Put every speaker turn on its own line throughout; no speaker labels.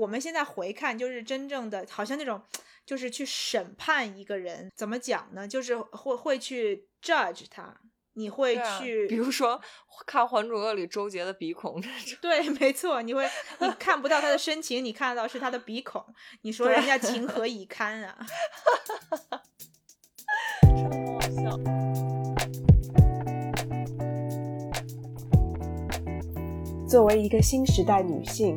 我们现在回看，就是真正的，好像那种，就是去审判一个人，怎么讲呢？就是会会去 judge 他，你会
对啊
去，
比如说看《还珠格格》里周杰的鼻孔这种，
对， 没错，你会你看不到他的深情，你看到是他的鼻孔。你说
对啊
人家情何以堪啊？
真的好笑。
作为一个新时代女性，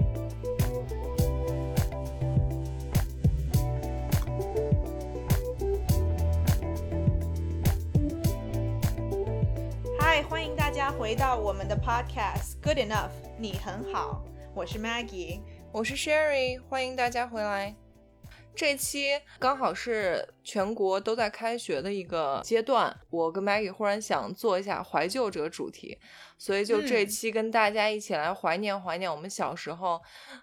嗨，欢迎大家回到我们的 podcast《Good Enough》，你很好，我是 Maggie。
我是 Sherry，欢迎大家回来。这期刚好是全国都在开学的一个阶段，我跟 Maggie 忽然想做一下怀旧这个主题，所以就这
嗯
期跟大家一起来怀念怀念我们小时候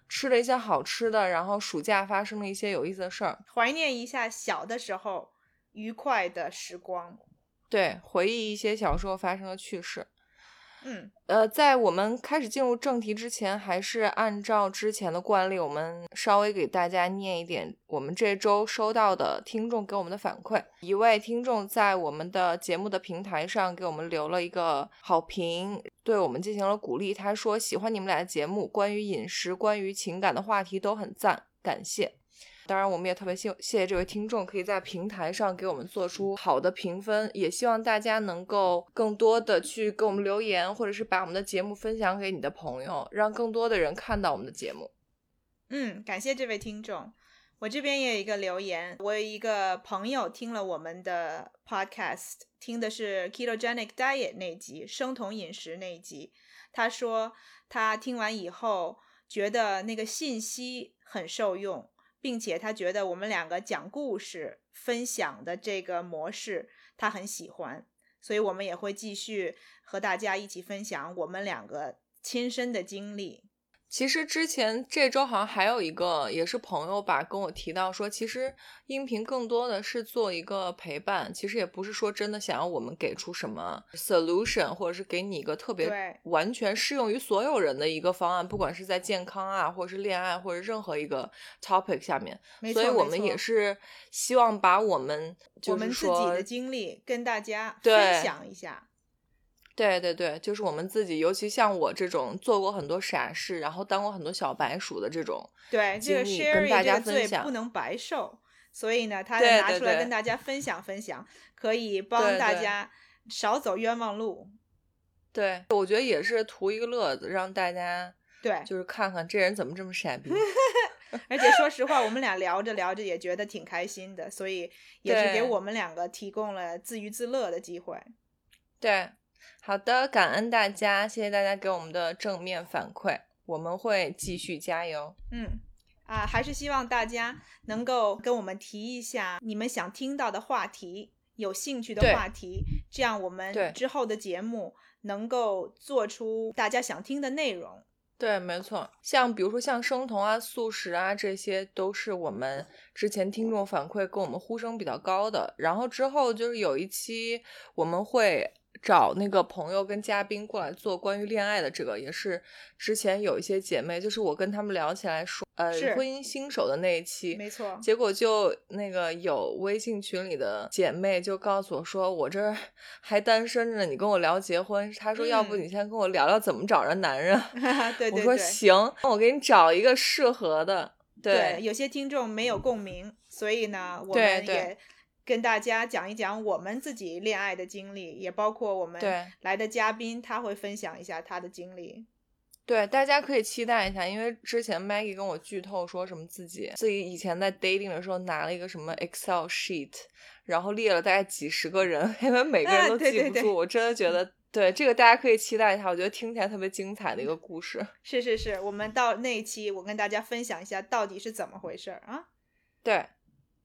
吃的一些好吃的，然后暑假发生的一些有意思的事儿，
怀念一下小的时候愉快的时光。
对，回忆一些小时候发生的趣事。
嗯，
呃，在我们开始进入正题之前，还是按照之前的惯例，我们稍微给大家念一点我们这周收到的听众给我们的反馈。一位听众在我们的节目的平台上给我们留了一个好评，对我们进行了鼓励。他说喜欢你们俩的节目，关于饮食、关于情感的话题都很赞，感谢。当然，我们也特别谢谢谢这位听众可以在平台上给我们做出好的评分，也希望大家能够更多的去给我们留言，或者是把我们的节目分享给你的朋友，让更多的人看到我们的节目。
嗯，感谢这位听众。我这边也有一个留言，我有一个朋友听了我们的 podcast，听的是 ketogenic diet 那集，生酮饮食那一集。他说他听完以后觉得那个信息很受用，并且他觉得我们两个讲故事分享的这个模式他很喜欢，所以我们也会继续和大家一起分享我们两个亲身的经历。
其实之前这周好像还有一个也是朋友吧，跟我提到说，其实音频更多的是做一个陪伴，其实也不是说真的想要我们给出什么 solution，或者是给你一个特别
对
完全适用于所有人的一个方案，不管是在健康啊，或者是恋爱，或者任何一个 topic 下面。
没错
所以我
没
们
错
也是希望把我们
我
就是
们自己
说
的经历跟大家
对
分享一下。
对对对，就是我们自己，尤其像我这种做过很多傻事，然后当过很多小白鼠的这种，
对，这个
经历跟
Sherry
大家
这个
分
罪
享
不能白受，所以呢，他
对
拿
对
出来
对
跟大家分享分享，可以帮
对
大
对
家少走冤枉路。
对我觉得也是图一个乐子，让大家
对，
就是看看这人怎么这么傻逼。
而且说实话，我们俩聊着聊着也觉得挺开心的，所以也是
对
给我们两个提供了自娱自乐的机会。
对，好的，感恩大家，谢谢大家给我们的正面反馈，我们会继续加油。
嗯，啊，还是希望大家能够跟我们提一下你们想听到的话题，有兴趣
对
的话题，这样我
对
们之后的节目能够做出大家想听的内容。
对，没错，像比如说像生酮啊、素食啊，这些都是我们之前听众反馈跟我们呼声比较高的。然后之后就是有一期我们会找那个朋友跟嘉宾过来做关于恋爱的这个，也是之前有一些姐妹，就是我跟她们聊起来说，呃，
是
婚姻新手的那一期，
没错，
结果就那个有微信群里的姐妹就告诉我说，我这儿还单身着呢，你跟我聊结婚。她说，要不
嗯
你先跟我聊聊怎么找着男 人。啊
对对
我说
对。
行，我给你找一个适合的。对
有些听众没有共鸣，所以呢，我
对
们
对
也跟大家讲一讲我们自己恋爱的经历，也包括我们
对
来的嘉宾，他会分享一下他的经历。
对，大家可以期待一下，因为之前 Maggie 跟我剧透说什么自己自己以前在 dating 的时候拿了一个什么 Excel sheet，然后列了大概几十个人， 因为每个人
啊
都记
对
不住，
对嗯对
我真的觉得。对这个，大家可以期待一下，我觉得听起来特别精彩的一个故事。
是是是，我们到那一期，我跟大家分享一下到底是怎么回事儿啊。
对，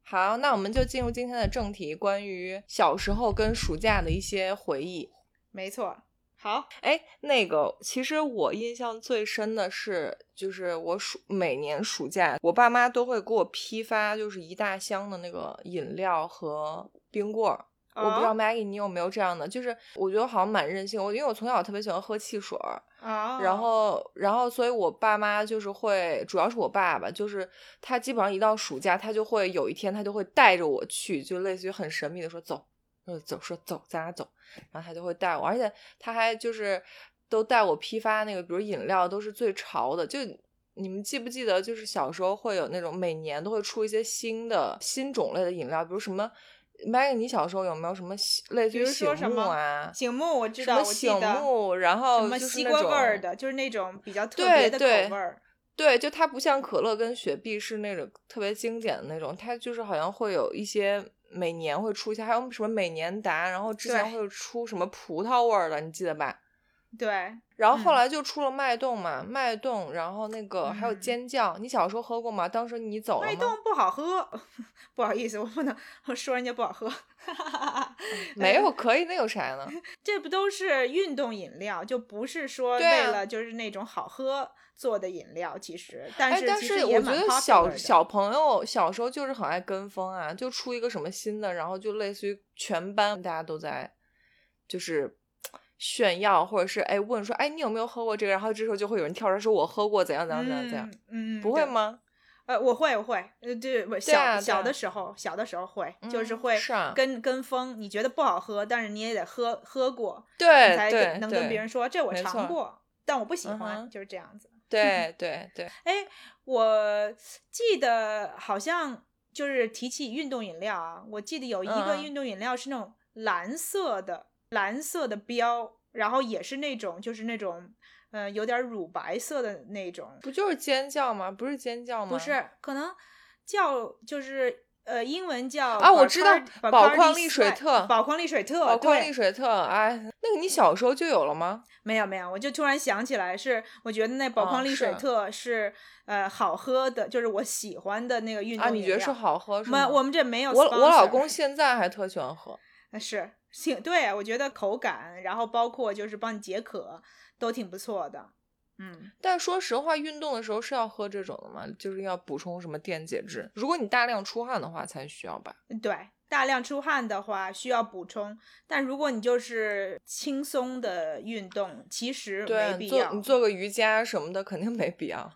好，那我们就进入今天的正题，关于小时候跟暑假的一些回忆。
没错。好，
哎，那个，其实我印象最深的是，就是我暑每年暑假，我爸妈都会给我批发，就是一大箱的那个饮料和冰棍儿。我不知
啊哦
道 Maggie 你有没有这样的，就是我觉得好像蛮任性。我因为我从小特别喜欢喝汽水儿，
啊，
然后，然后，所以我爸妈就是会，主要是我爸爸，就是他基本上一到暑假，他就会有一天，他就会带着我去，就类似于很神秘的说走，呃走，说走，咱俩走，然后他就会带我，而且他还就是都带我批发那个，比如饮料都是最潮的，就你们记不记得，就是小时候会有那种每年都会出一些新的新种类的饮料，比如什么，Maggie，你小时候有没有什么喜类似
比
于
如
醒
说什
目
么
啊？
醒目我知
什
道，
么
我记
醒
得
目，然后
什么
就是
西
那
瓜味儿
种
的，就是那种比较特
对
别的口
对
味儿。
对，就它不像可乐跟雪碧是那种特别经典的那种，它就是好像会有一些每年会出现，还有什么美年达，然后之前
对
会出什么葡萄味儿的，你记得吧？
对，
然后后
嗯
来就出了脉动嘛，脉动，然后那个还有
嗯
尖叫，你小时候喝过吗？当时你走了
脉
吗？
动不好喝， 不好意思，我不能说人家不好喝。
嗯
哎
没有，可以，那有啥呢？
这不都是运动饮料，就不是说
对啊
为了就是那种好喝做的饮料，其实，但
哎，
是
但
其
是
实也
我觉
蛮
得
popular
小
的
小朋友小时候就是很爱跟风啊，就出一个什么新的，然后就类似于全班大家都在就是炫耀，或者是哎问说哎你有没有喝过这个，然后这时候就会有人跳出来说我喝过怎样怎样怎样怎样，
嗯，嗯
不会？
对
吗？
呃，我会，我会，呃，对，我小、
啊对
小
啊
的时候，小的时候会，就是
嗯
会
是啊
跟跟风，你觉得不好喝，但是你也得喝喝过，你
对
才
对
跟能跟别
对
人说这我
没
尝
错
过，但我不喜欢，
嗯哼
就是这样子。
对对对，
哎，我记得好像就是提起运动饮料啊，我记得有一个
嗯嗯
运动饮料是那种蓝色的，蓝色的标，然后也是那种就是那种呃有点乳白色的那种，
不就是尖叫吗？不是尖叫吗？
不是，可能叫就是呃英文叫
啊我知道
Bacardi-
宝
Bacardi
矿力水
Sprite，
特
宝矿力水特，
宝矿
对
力水特，哎，那个你小时候就有了吗？
没有没有，我就突然想起来是，我觉得那宝
哦
矿力水
是
特是、呃好喝的，就是我喜欢的那个运动
啊，
饮料。
你觉得是好喝是
没
吗？
我们这没有
我我老
sponsor
公现在还特喜欢喝，
呃是挺对，啊我觉得口感，然后包括就是帮你解渴，都挺不错的。嗯，
但说实话，运动的时候是要喝这种的嘛，就是要补充什么电解质。如果你大量出汗的话，才需要吧。
对，大量出汗的话需要补充，但如果你就是轻松的运动，其实
对
没，必
你
要。
做你做个瑜伽什么的，肯定没必要。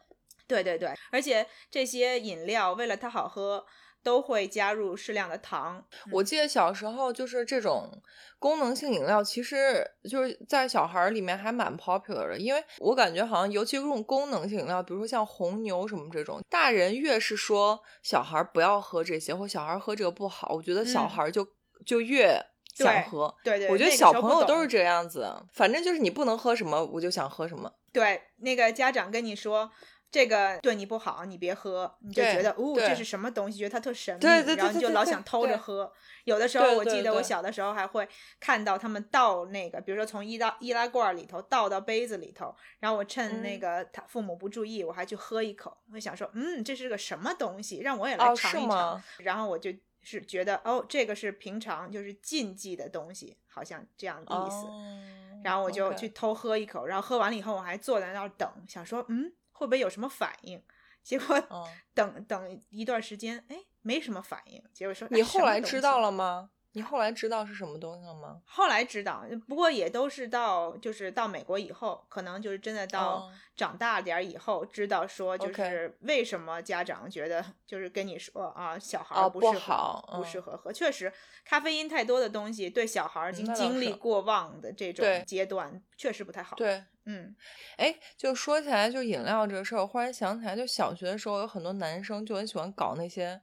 对对对，而且这些饮料为了它好喝，都会加入适量的糖。
我记得小时候就是这种功能性饮料，其实就是在小孩儿里面还蛮 popular 的，因为我感觉好像尤其这种功能性饮料，比如说像红牛什么这种，大人越是说小孩儿不要喝这些，或小孩儿喝这个不好，我觉得小
嗯
孩儿就、就越想
对
喝。
对对，
我觉
那
得
个
小
时候
朋
不
友都
懂
是这样子，反正就是你不能喝什么，我就想喝什么。
对，那个家长跟你说这个对你不好，你别喝，你就
对
觉得哦，
对
这是什么东西，觉得它特神秘，
对对对
然后你
对
就
对
老
对
想偷
对
着喝。有的时候
对
我
对
记得我
对
小的时候还会看到他们倒那个，比如说从易拉易拉罐里头倒到杯子里头，然后我趁那
嗯
个他父母不注意，我还去喝一口，我想说，嗯，这是个什么东西，让我也来
哦，
尝
是
一尝。
吗？
然后我就是觉得哦，这个是平常就是禁忌的东西，好像这样的意思。
哦
然后我就
OK
去偷喝一口，然后喝完了以后我还坐在那儿等，想说嗯会不会有什么反应？结果
嗯
等等一段时间，哎，没什么反应。结果说
你后来知道？
哎什么东西
了吗？你后来知道是什么东西了吗？
后来知道，不过也都是到就是到美国以后，可能就是真的到
哦
长大点儿以后，知道说就
OK
是为什么家长觉得就是跟你说啊，小孩
哦
儿不适
不
合、
好
不
嗯
适合喝。确实，咖啡因太多的东西对小孩儿
嗯
经
那倒
精力
是
过旺的这
对
种阶段确实不太好。，
对，
嗯。
哎，就说起来就饮料这个事儿，我忽然想起来，就小学的时候有很多男生就很喜欢搞那些，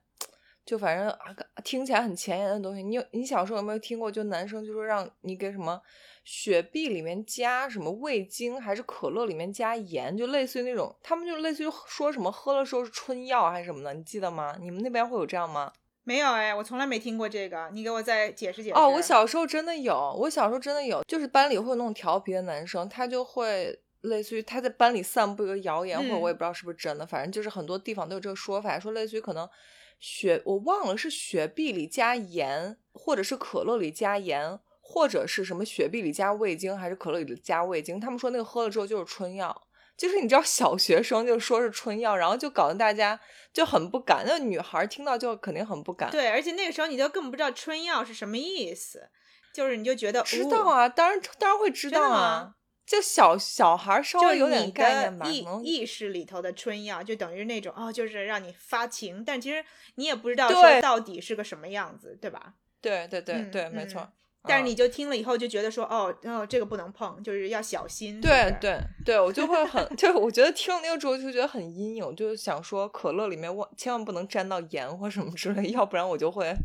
就反正啊听起来很前沿的东西。你有你小时候有没有听过？就男生就说让你给什么雪碧里面加什么味精，还是可乐里面加盐，就类似于那种，他们就类似于说什么喝了之后是春药还是什么的，你记得吗？你们那边会有这样吗？
没有哎，我从来没听过这个，你给我再解释解释。
哦，我小时候真的有，我小时候真的有，就是班里会有那种调皮的男生，他就会类似于他在班里散布一个谣言，或者
嗯
我也不知道是不是真的，反正就是很多地方都有这个说法，说类似于可能雪，我忘了是雪碧里加盐，或者是可乐里加盐，或者是什么雪碧里加味精，还是可乐里加味精。他们说那个喝了之后就是春药，就是你知道小学生就说是春药，然后就搞得大家就很不敢。那女孩听到就肯定很不敢。
对，而且那个时候你都根本不知道春药是什么意思，就是你就觉得
知道，啊，当然当然会知
哦真的
道
吗
啊。就小小孩稍
哦就
微有点
你
概念吧，
的
可
意
能
意识里头的春药，就等于那种哦，就是让你发情，但其实你也不知道
对
说到底是个什么样子，对吧？
对对对
嗯
对，没错
嗯。但是
嗯
你就听了以后就觉得说，哦，哦，这个不能碰，就是要小心。是
对
不是，
对对，我就 会很，就是我觉得听了那个之后就觉得很阴影，就是想说可乐里面万千万不能沾到盐或什么之类，要不然我 就会，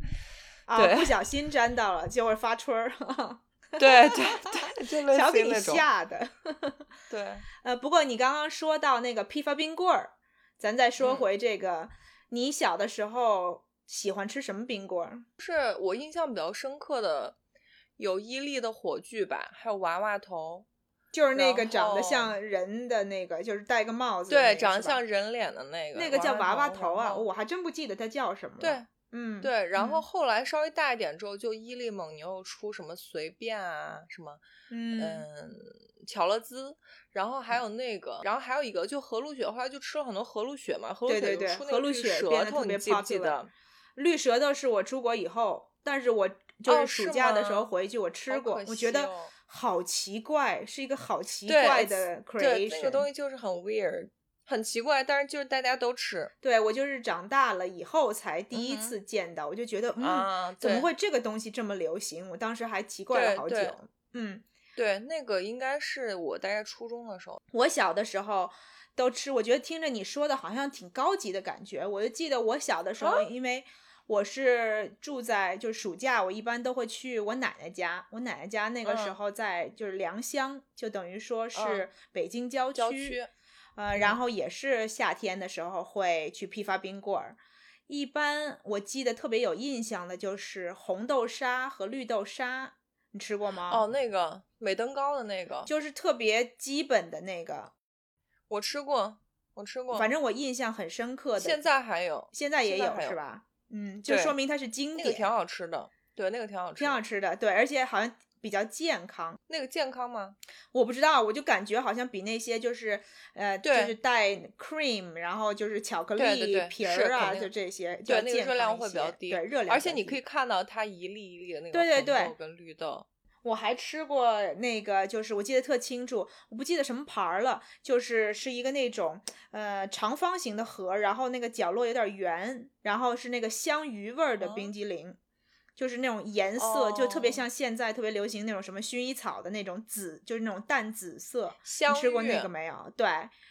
啊、
对
不小心沾到了就会发春 儿，
对对对，就类
想
似
给
于
你
那种，
吓的。
对，
呃，不过你刚刚说到那个批发冰棍儿，咱再说
嗯
回这个，你小的时候喜欢吃什么冰棍儿？
是我印象比较深刻的有伊利的火炬吧，还有娃娃头，
就是那个
然
长得
后
像人的那个，就是戴个帽子的那个，
对，长得
是吧
像人脸的那个，
那个叫娃娃头
头
啊，
然后
我还真不记得它叫什么了。
对，
嗯，
对，然后
嗯
后来稍微大一点之后，就伊利蒙牛出什么随便啊，什么
嗯
嗯，巧乐兹，然后还有那个，然后还有一个，就和路雪，后来就吃了很多和路雪嘛，和路
对
雪
对对
呃就出那
和
个
路
绿
雪
舌
变得
头，
特别
你记不记
popular
得？
绿舌头是我出国以后，但是我就是
哦是
暑假的时候
吗
回去，我吃
好
过，
可
我觉得
惜哦
好奇怪，是一个好奇
对
怪
，it's-
的
对，
creation。
那个东西就是很 weird，很奇怪，但是就是大家都吃
对我就是长大了以后才第一
嗯哼
次见到，我就觉得嗯，
啊，
怎么
对
会这个东西这么流行？我当时还奇怪了
对
好
对
久。嗯，
对，那个应该是我大概初中的时候，
我小的时候都吃，我觉得听着你说的好像挺高级的感觉。我就记得我小的时
哦
候，因为我是住在就是暑假，我一般都会去我奶奶家。我奶奶家那个时
嗯
候在就是良乡，就等于说是
嗯
北京郊区。
郊区嗯
呃，然后也是夏天的时候会去批发冰棍儿。一般我记得特别有印象的就是红豆沙和绿豆沙，你吃过吗？
哦，，那个美登高的那个，
就是特别基本的那个，
我吃过，我吃过，
反正我印象很深刻的。
现在还有
现在也
现在
有
还
是
有
吧？嗯，就
对
说明它是经
那
典，
个挺好吃的，对，那个挺好吃，
挺好，吃的。对，而且好像比较健康。
那个健康吗？
我不知道，我就感觉好像比那些就是呃，就
对
是带 cream，然后就是巧克
对对
力
对
皮
是
儿啊，
肯定
就这些，就
对，
要
那个
健
热
康
量
一
会比较
些
低，
对热量。
而且你可以，看到它一粒一粒的那个
对对
红
对
豆跟绿豆，
我还吃过那个，就是我记得特清楚，我不记得什么牌儿了，就是是一个那种呃长方形的盒，然后那个角落有点圆，然后是那个香芋味儿的
哦
冰激凌。就是那种颜色就特别
哦
像现在特别流行那种什么薰衣草的那种紫，就是那种淡紫色。
香
你吃过那
芋
个没有？对，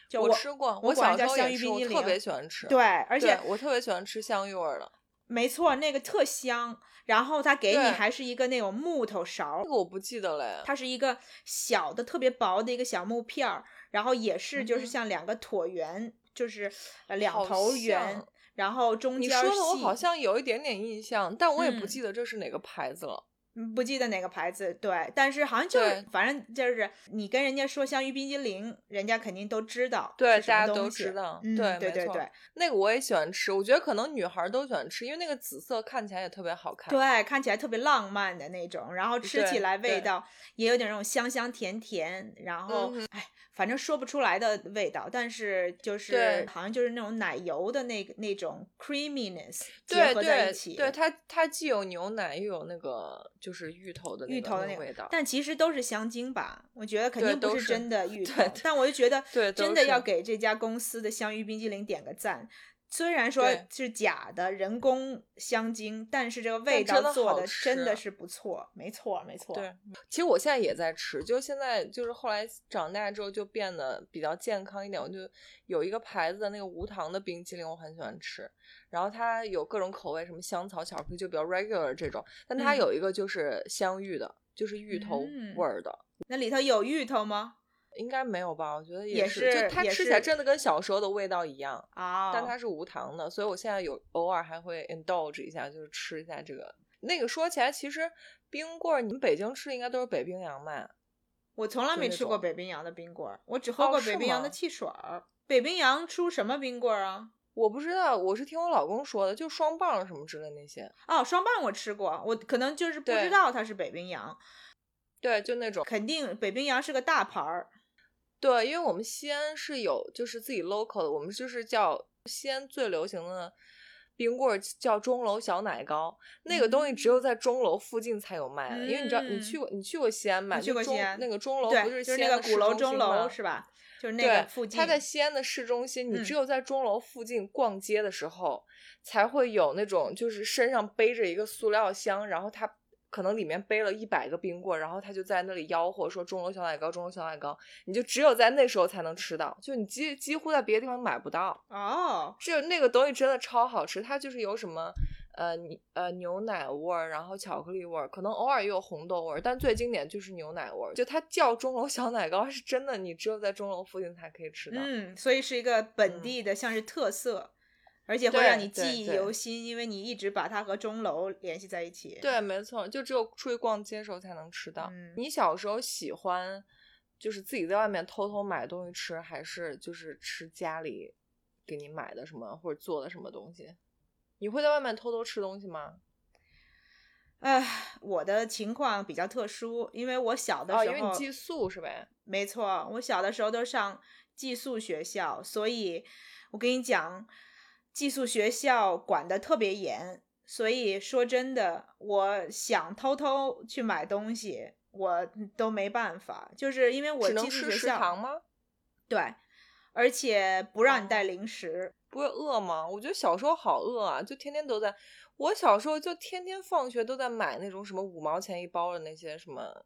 就
我吃过，
我
我
管它
小时
叫
候
香
也
芋
是，
冰
我
激
特别
凌。
喜欢吃，
对，
对，
而且
我特别喜欢吃香芋味儿的，
没错，那个特香。然后它给你
对
还是一个那种木头勺儿
那，个我不记得嘞，
它是一个小的、特别薄的一个小木片儿，然后也是就
嗯
是
哼
像两个椭圆，就是呃两
好
头圆
像，
然后中
你
间儿
说的我
细
好像有一点点印象，但我也不
嗯
记得这是哪个牌子了。
嗯不记得哪个牌子，对，但是好像就是
对
反正就是你跟人家说香芋冰激凌，人家肯定都知道，
对
是什么
大家都
东西
知道
嗯，
对
对
没
对
错
对
那个我也喜欢吃，我觉得可能女孩儿都喜欢吃，因为那个紫色看起来也特别好看。
对，看起来特别浪漫的那种，然后吃起
对
来味
对
道也有点那种香香甜甜，然后
嗯
哎、反正说不出来的味道，但是就是
对
好像就是那种奶油的那个那种 creaminess 结
对
合在一
对
起，
对，它它既有牛奶，又有那个就是芋头的那
芋
个
头的那
那个味道。
但其实都是香精吧，我觉得肯
对
定不
都
是
是
真的芋头
对对，
但我就觉得
对都
真的要
是
给这家公司的香芋冰激凌点个赞。虽然说
对
是假的人工香精，但是这个味
但
道
真的
做
好
的真的
吃
是不错，没错，没错。
对，其实我现在也在吃，就是现在就是后来长大之后就变得比较健康一点，我就有一个牌子的那个无糖的冰淇淋，我很喜欢吃，然后它有各种口味，什么香草巧克力就比较 regular 这种，但它
嗯
有一个就是香芋的，就是芋头
嗯
味儿的。
那里头有芋头吗？
应该没有吧？我觉得
也
是，
是
就它
也
吃起来
是
真的跟小时候的味道一样，
啊、
但它是无糖的，所以我现在有偶尔还会 indulge 一下，就是吃一下这个。那个说起来，其实冰棍儿，你们北京吃的应该都是北冰洋吧？
我从来
就
没
那
吃过
种
北冰洋的冰棍儿，我只喝
哦
过
是
北冰洋的
吗
汽水儿。北冰洋出什么冰棍儿啊？
我不知道，我是听我老公说的，就双棒什么之类那些。
哦，双棒我吃过，我可能就是不
对
知道它是北冰洋，
对，就那种。
肯定北冰洋是个大牌儿。
对，因为我们西安是有就是自己 local 的，我们就是叫西安最流行的冰棍儿叫钟楼小奶糕，那个东西只有在钟楼附近才有卖的，因为你知道你
嗯
去过你去过西安吧？
我去
就
过西
钟
安
那个钟楼不
对，
是
就是
西
那
安
个
的市
鼓楼
中心
钟楼
吗
是吧？就是那
对，
个附近。
它在西安的市中心，你
嗯
只有在钟楼附近逛街的时候，才会有那种就是身上背着一个塑料箱，然后他可能里面背了一百个冰棍儿，然后他就在那里吆喝说钟楼小奶糕，钟楼小奶糕，你就只有在那时候才能吃到，就你几几乎在别的地方买不到。
哦，
这那个东西真的超好吃，它就是有什么。呃，你呃牛奶味儿，然后巧克力味儿，可能偶尔也有红豆味儿，但最经典就是牛奶味儿。就它叫钟楼小奶糕，是真的，你只有在钟楼附近才可以吃到。
嗯，所以是一个本地的，像是特色，而且会
对
让你
嗯对
记忆
对
犹新，因为你一直把它和钟楼联系在一起。，
对，没错，就只有出去逛街的时候才能吃到。
嗯
你小时候喜欢就是自己在外面偷偷买东西吃，还是就是吃家里给你买的什么或者做的什么东西？你会在外面偷偷吃东西吗？
哎、我的情况比较特殊，因为我小的
哦，
时
因
候，
为你寄宿是呗？
没错，我小的时候都上寄宿学校，所以我跟你讲，寄宿学校管得特别严。所以说真的，我想偷偷去买东西，我都没办法，就是因为我
只能
寄宿
吃
学
食
校
堂吗？
对，而且不让你带
哦
零食。
不会饿吗？我觉得小时候好饿啊，就天天都在。我小时候就天天放学都在买那种什么五毛钱一包的那些什么，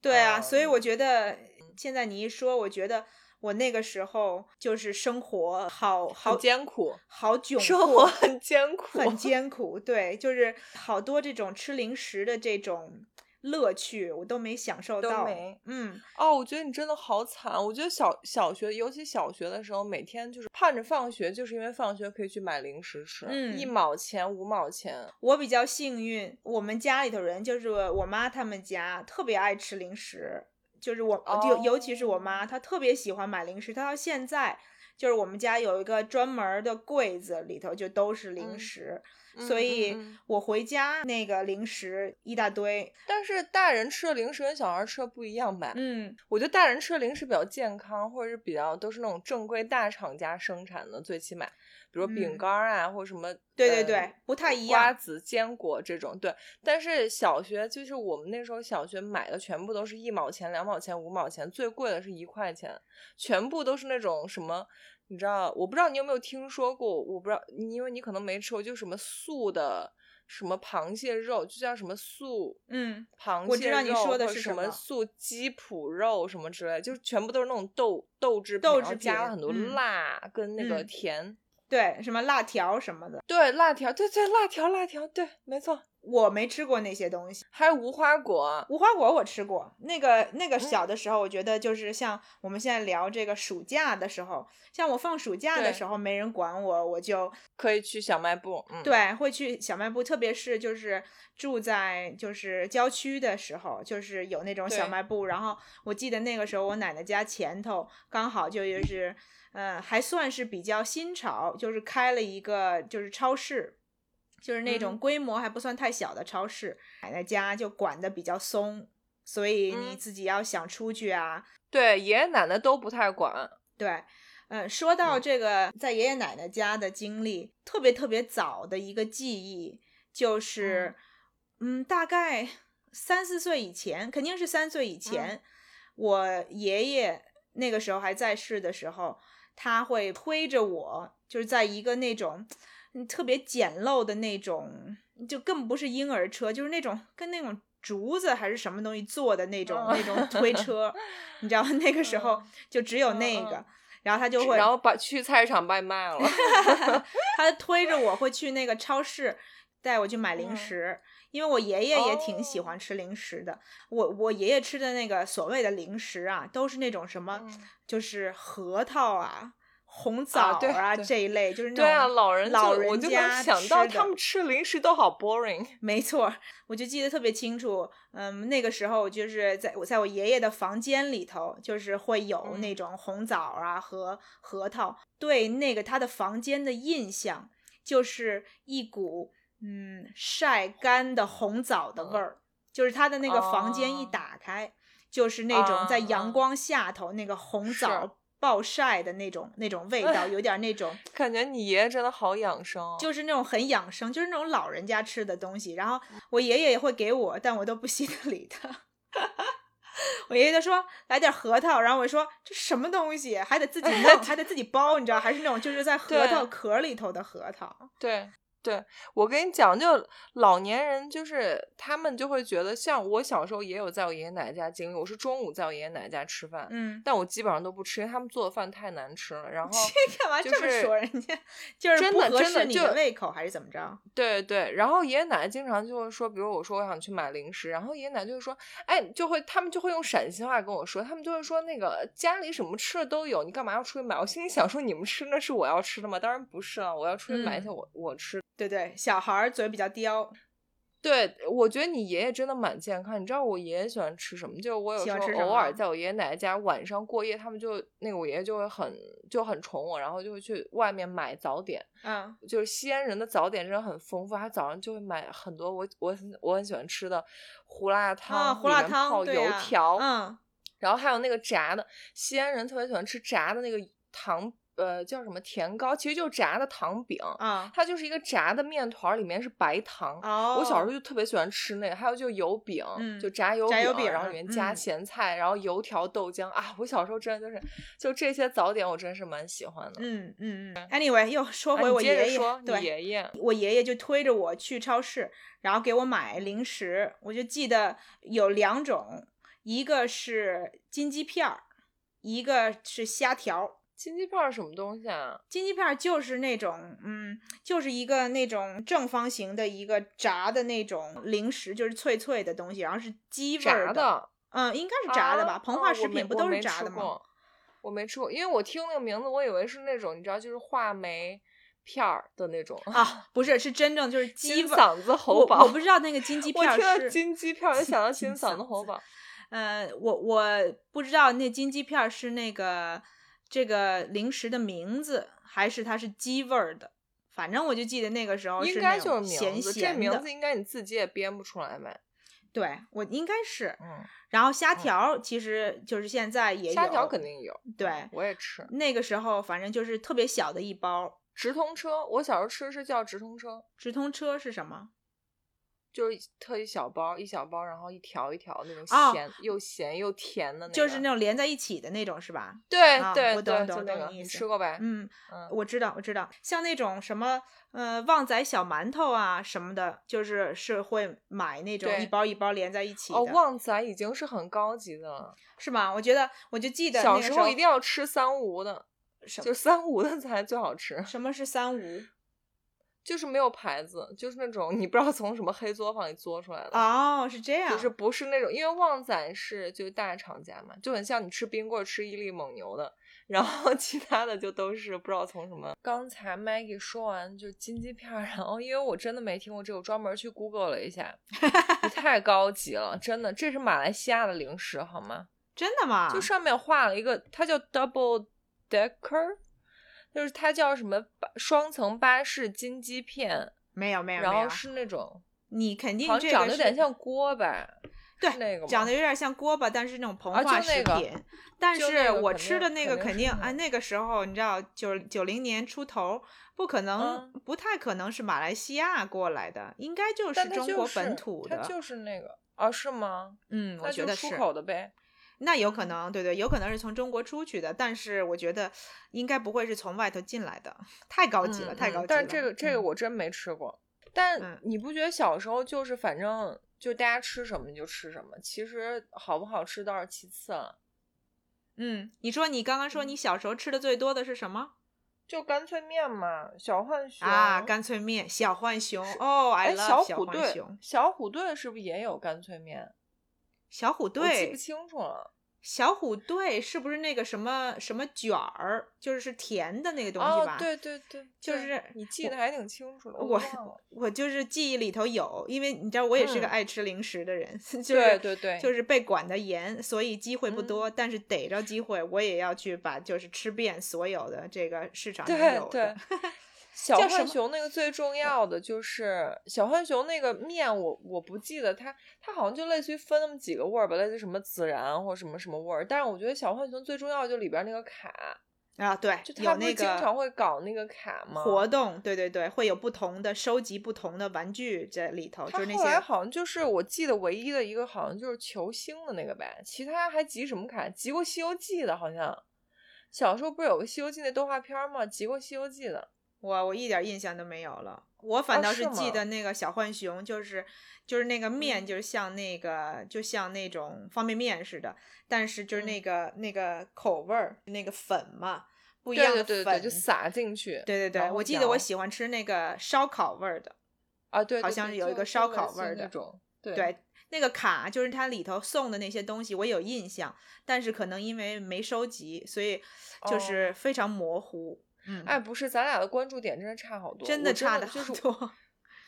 对啊，所以我
嗯
觉得现在你一说，我觉得我那个时候就是生活好好
很艰苦，
好窘迫，
生活很艰苦，
很艰苦。对，就是好多这种吃零食的这种乐趣，我都没享受
都
到。
没
嗯，
哦，我觉得你真的好惨。我觉得小小学，尤其小学的时候，每天就是盼着放学，就是因为放学可以去买零食吃，
嗯
一毛钱、五毛钱。
我比较幸运，我们家里头人就是我妈他们家特别爱吃零食，就是我就、尤其是
哦
我妈，她特别喜欢买零食，她到现在。就是我们家有一个专门的柜子，里头就都是零
嗯
食，
嗯
所
嗯
以
嗯
我回家那个零食一大堆。
但是大人吃的零食跟小孩吃的不一样吧？
嗯，
我觉得大人吃的零食比较健康，或者是比较都是那种正规大厂家生产的，最起码，比如
嗯
饼干儿啊，或者什么，
对对
呃
对不太一
瓜
样
子、坚果这种。对，但是小学就是我们那时候小学买的全部都是一毛钱、两毛钱、五毛钱，最贵的是一块钱，全部都是那种什么。你知道，我不知道你有没有听说过，我不知道，你因为你可能没吃过，就什么素的，什么螃蟹肉，就叫什么素，
嗯，
螃蟹
我知道你
肉
说的
或者
是
什
什么
么素鸡脯肉什么之类，就是全部都是那种豆豆制品，
豆
然后
制
加了
品
很多
嗯
辣跟那个
嗯
甜，
对，什么辣条什么的，
对，辣条，对对，辣条，辣条，对，没错，
我没吃过那些东西。
还有无花果，
无花果我吃过，那个那个小的时候，我觉得就是像我们现在聊这个暑假的时候，像我放暑假的
对
时候没人管我，我就
可以去小卖部，嗯，，
对会去小卖部，特别是就是住在就是郊区的时候，就是有那种小
对
卖部。然后我记得那个时候我奶奶家前头刚好就就是，嗯，还算是比较新潮，就是开了一个就是超市。就是那种
嗯
规模还不算太小的超市，奶奶家就管的比较松，所以你
嗯
自己要想出去啊，
对，爷爷奶奶都不太管，
对，嗯，说到
嗯
这个在爷爷奶奶家的经历，特别特别早的一个记忆就是，嗯，大概三四岁以前，肯定是三岁
嗯
以前，我爷爷那个时候还在世的时候，他会推着我，就是在一个那种嗯特别简陋的那种，就更不是婴儿车，就是那种跟那种竹子还是什么东西做的那种、那种推车，你知道那个时候就只有
哦嗯
那
嗯
个，然后他就会，
然后把 去菜市场把你卖了，
他推着我会去那个超市带我去买零
嗯
食，因为我爷爷也挺喜
哦
欢吃零食的。我我爷爷吃的那个所谓的零食啊，都是那种什么，
嗯
就是核桃啊、红枣
啊对对
这一类，就是那种
对啊，老人就
老人
我就
家
能想到
吃的
他们吃零食都好 boring。
没错，我就记得特别清楚。嗯，那个时候就是在我在我爷爷的房间里头，就是会有
嗯
那种红枣啊和核桃。对那个他的房间的印象，就是一股嗯晒干的红枣的味儿，就是他的那个房间一
嗯哦
打开，就是那种在
嗯
阳
嗯
光下头那个红
是
枣暴晒的那种那种味 道，有点那种。
感觉你爷爷真的好养生哦，
就是那种很养生，就是那种老人家吃的东西。然后我爷爷也会给我，但我都不稀得理他。 我爷爷就说来点核桃，然后我说这什么东西，还得自己弄，还得自己剥，你知道，还是那种就是在核
对
桃壳里头的核桃。
对对，我跟你讲，就老年人就是他们就会觉得，像我小时候也有在我爷爷奶奶家经历，我是中午在我爷爷奶奶家吃饭，
嗯，
但我基本上都不吃，因为他们做的饭太难吃了。然后
干嘛
就
这么
是
说人家？就是
真
不
的
合
真的
适你
就
的胃口，还是怎么着？
对对，然后爷爷奶奶经常就会说，比如我说我想去买零食，然后爷爷奶奶就会说，哎，就会他们就会用陕西话跟我说，他们就会说那个家里什么吃的都有，你干嘛要出去买？我心里想说，你们吃那是我要吃的吗？当然不是啊，我要出去买一些
嗯
我、我吃。
对对，小孩儿嘴比较刁，
对，我觉得你爷爷真的蛮健康。你知道我爷爷喜欢吃什么？就是我有
喜
时
欢
候
吃什
偶
么
尔在我爷爷奶奶家晚上过夜，他们就那个我爷爷就会很就很宠我，然后就会去外面买早点。
嗯，
就是西安人的早点真的很丰富，他早上就会买很多我我很我很喜欢吃的胡辣汤、
啊，胡
里
辣
面
汤，
泡
对
油
呀
条，
嗯，
然后还有那个炸的，西安人特别喜欢吃炸的那个糖，呃，叫什么甜糕，其实就是炸的糖饼，
啊，
它就是一个炸的面团儿，里面是白糖。
哦，
我小时候就特别喜欢吃那个，还有就油饼，
嗯
就炸油
炸油饼
然后里面加
嗯
咸菜，然后油条、豆浆啊！我小时候真的就是，就这些早点我真是蛮喜欢的。
嗯嗯嗯，anyway，又说
啊
回
你
我
接着
爷爷，
说你
对，
爷爷，
我爷爷就推着我去超市，然后给我买零食。我就记得有两种，一个是金鸡片儿，一个是虾条儿。
金鸡片儿是什么东西啊？
金鸡片儿就是那种，嗯，就是一个那种正方形的一个炸的那种零食，就是脆脆的东西，然后是鸡味儿
炸的，
嗯，应该是炸的吧？
啊
膨
啊
化
我
食
没
品不
我
都
没
是炸
吃
的吗？
过我没吃过，因为我听那个名字，我以为是那种你知道，就是话梅片儿的那种。
啊，不是，是真正 就是鸡
金
味儿。
嗓子
我
喉宝，
我不知道那个 金鸡
我
片儿
听到
是
金鸡片儿，我就想到金
金
嗓子
嗓
喉
子
宝。
呃，我我不知道那金鸡片儿是那个这个零食的名字，还是它是鸡味儿的。反正我就记得那个时候
应
是那
该就
种
是名
咸
字，这
咸
名
的，
字应该你自己也编不出来呗。
对我应该是。
嗯，
然后虾条儿其实就是现在也有，
虾条肯定有，
对。
我也吃。
那个时候反正就是特别小的一包。
直通车，我小时候吃是叫直通车，
直通车是什么？
就是特一小包一小包，然后一条一条那种
哦
咸、又咸又甜的那个。
就是那种连在一起的那种，是吧？
对、
啊
对
我懂
对，
懂
就那
懂
个
你意
你
思
吃过呗？
嗯，
嗯
我知道，我知道，像那种什么呃旺仔小馒头啊什么的，就是是会买那种
对
一包一包连在一起的，
哦，旺仔已经是很高级的了。
是吗？我觉得我就记得那
小
个
时
时
候一定要吃三无的，
什
就三无的才最好吃，
什么是三无
就是没有牌子，就是那种你不知道从什么黑作坊里作出来的。
哦，是这样，
就是不是那种，因为旺仔是就大厂家嘛，就很像你吃冰棍儿吃伊利蒙牛的，然后 其他的就都是不知道从什么。刚才 Maggie 说完就是金鸡片儿，然后因为我真的没听过这个，我专门去 Google 了一下，你太高级了，真的，这是马来西亚的零食好吗？
真的吗？
就上面画了一个，它叫 double decker，就是它叫什么巴双层巴士金鸡片，
没有没有
然
没
后
有，
是那种
你肯定
好
这
像
个
长得有点
是
像锅巴，
对
是那个吗
长得有点像锅巴，但是那种膨
啊就
化食
那个
品。但
就是那个
我
肯
吃的
定
那
肯
个
定
肯
是
定
那
啊，
个
那个时候你知道，九九零年出头，不可能、
嗯
不太可能是马来西亚过来的，应该就
但
是
它
中
就
国
是
本土的。
它就是那个啊，是吗？
嗯，我
那
觉
就
得
出
是，
口的嗯呗。
那有可能，对对，有可能是从中国出去的，但是我觉得应该不会是从外头进来的，太高级了，
嗯
太
嗯
高级了。
但是这个这个
嗯
我真没吃过，但
嗯
你不觉得小时候就是反正就大家吃什么你就吃什么，其实好不好吃倒是其次了。
嗯，你说你刚刚说你
嗯
小时候吃的最多的是什么
就干脆面嘛，小浣熊
啊？干脆面、小浣熊哦，I
哎，
love
虎
浣
队
熊。，
小虎队是不是也有干脆面？
小虎
我记
队
不清楚了。
小虎队是不是那个什么什么卷儿，就是是甜的那个东西吧？
哦，对对对，
就是
对你记得还挺清楚的，
我
忘了。
我就是记忆里头有，因为你知道我也是个
嗯
爱吃零食的人， 就是
对对对，嗯
就是被管得严，所以机会不多，但是逮着机会我也要去把就是吃遍所有的这个市场能
对
有
对
的。。
小
叫什
浣
么嗯
熊那个最重要的就是小浣熊那个面我，我不记得它，它好像就类似于分那么几个味儿吧，类似于什么孜然或什么什么味儿。但是我觉得小浣熊最重要的就里边那个卡，
啊，对
就，它
有
不是
那
经常
个
会搞那个卡吗？
活动，对对对，会有不同的收集不同的玩具在里头，就
它
是那
后来
些
好像就是我记得唯一的一个好像就是球星的那个呗，其他还集什么卡？集过《西游记》的，好像小时候不是有个《西游记》那动画片儿吗？集过《西游记》的。
我我一点印象都没有了。我反
哦
倒
是
是记
吗
得那个小浣熊，就是就是那个面，
嗯
就是像那个就像那种方便面似的，但是就是
嗯
那个、那个口味儿，那个粉嘛，不一
对
样
对
的
对
粉，
对，就撒进去。
对对对，
然后
我记得我
摇
喜欢吃那个烧烤味儿的，
啊，对，
好
对
像
对
是有一
就
个烧
就类
烤
似
味
于
儿
那
的
种，对
对，那个卡就是它里头送的那些东西，我有印象，但是可能因为没收集，所以就
哦
是非常模糊。嗯，
哎，，不是，咱俩的关注点真的差好多，
真
我
的差的
的就
好
是
多。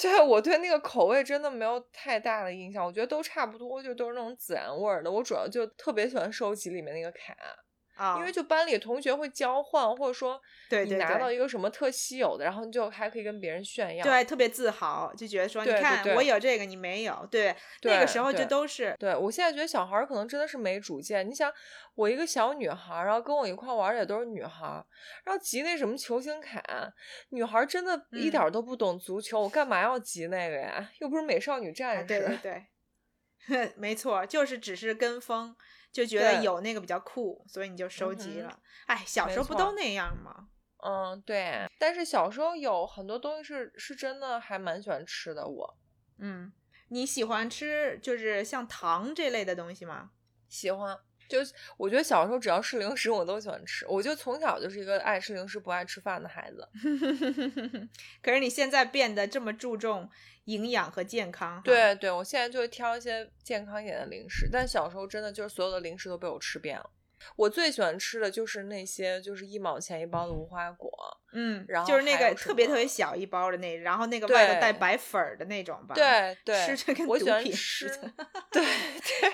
对我对那个口味真的没有太大的印象，我觉得都差不多，就都是那种孜然味儿的。我主要就特别喜欢收集里面那个卡，
啊、
因为就班里同学会交换，或者说
对
你
对
拿
对
到一个什么特稀有的，然后你就还可以跟别人炫耀。
对特别自豪，就觉得说
对
你
对
看
对
我有这个，你没有。对，那个
对
时候就
对
都是
对，我现在觉得小孩儿可能真的是没主见。你想，我一个小女孩儿，然后跟我一块儿玩儿的也都是女孩儿，然后集那什么球星卡，女孩儿真的一点
嗯
儿都不懂足球，我干嘛要集那个呀？又不是美少女
啊
战士。
对对对。 没错，就是只是跟风，就觉得
对
有那个比较酷，所以你就收集
嗯哼
了。哎，小
没
时候不
错
都那样吗？
嗯，对。但是小时候有很多东西是是真的还蛮喜欢吃的，我
嗯，你喜欢吃就是像糖这类的东西 吗？
喜欢。就是我觉得小时候只要是零食，我都喜欢吃。我就从小就是一个爱吃零食不爱吃饭的孩子。
可是你现在变得这么注重营养和健康哈，
对对，我现在就会挑一些健康一点的零食，但小时候真的就是所有的零食都被我吃遍了。我最喜欢吃的就是那些就是一毛钱一包的无花果，
嗯，
然
就是
后
那
还
个
有什
特别特别
么
小一包的那，然后那个外头带
对
白粉儿的那种嗯吧，，
对对，
吃着跟
我
毒
喜欢
品
吃
似的，
对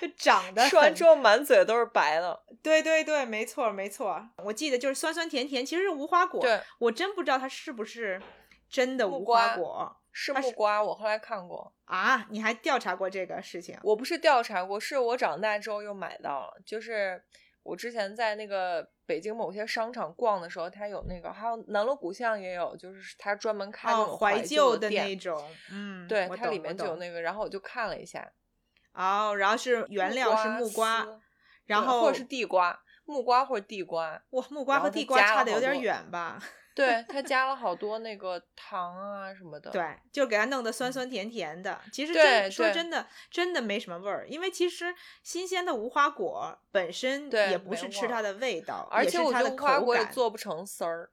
就长得
吃完
很
之后满嘴都是白的。
对对对，没错没错，我记得就是酸酸甜甜，其实是无花果，
对，
我真不知道它是不是真的
木
无花
瓜
果
是
它
木
是
瓜，我后来看过，
啊，你还调查过这个事情？
我不是调查过，是我长大之后又买到了，就是我之前在那个。北京某些商场逛的时候，它有那个，还有南锣鼓巷也有，就是它专门开那
哦，
种
怀
旧
的
店
那种，嗯，
对，
我
它
懂
里
我
面就有
懂
那个，然后我就看了一下，
哦，然后是原
木
料是木瓜，
丝
然
对
后
或者是地瓜，木瓜或者地瓜，
哇，木瓜
然
和
后它
地瓜
加
差
了
的
好
有点
多
远吧？
对，它加了好多那个糖啊什么 的。
对，就给它弄得酸酸甜甜的。其实
嗯对
真说
对
真的，真的没什么味儿，因为其实新鲜的无花果本身
对
也不
没
是
味
吃
儿
它的味道，
而
也
且
是
我
它
觉得
的
无花
口
果也
感。
做不成丝儿。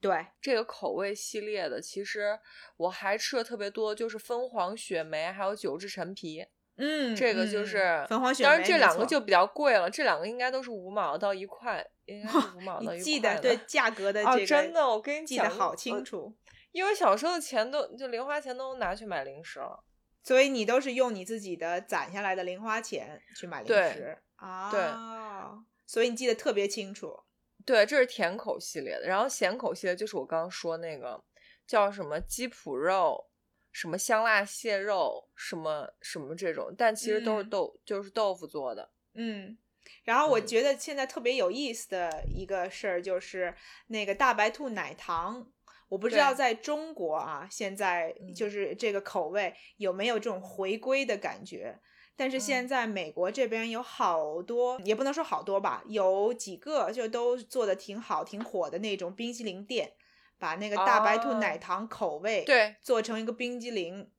对，
这个口味系列的，其实我还吃的特别多，就是枫黄雪梅，还有九制陈皮，
嗯，
这个就
嗯
是
粉黄雪梅，
当然这
没
两个
错
就比较贵了，这两个应该都是五毛到一块，应该是五毛到一 块
你
的。
记得对价格的
哦
这个，
真的我跟你
记得
讲
好
我
清楚。
因为小时候的钱都就零花钱都拿去买零食了。
所以你都是用你自己的攒下来的零花钱去买零
对
食啊？
对
哦，所以你记得特别清楚。
对，这是甜口系列的，然后咸口系列就是我刚刚说那个叫什么鸡脯肉、什么香辣蟹肉、什么什么这种，但其实都是
嗯
豆，就是豆腐做的。
嗯，然后我
嗯
觉得现在特别有意思的一个事儿就是那个大白兔奶糖，我不知道
对
在中国啊，现在
嗯
就是这个口味有没有这种回归的感觉。但是
嗯
现在美国这边有好多，也不能说好多吧，有几个就都做的挺好、挺火的那种冰激凌店，把那个大白兔
哦
奶糖口味
对
做成一个冰激凌，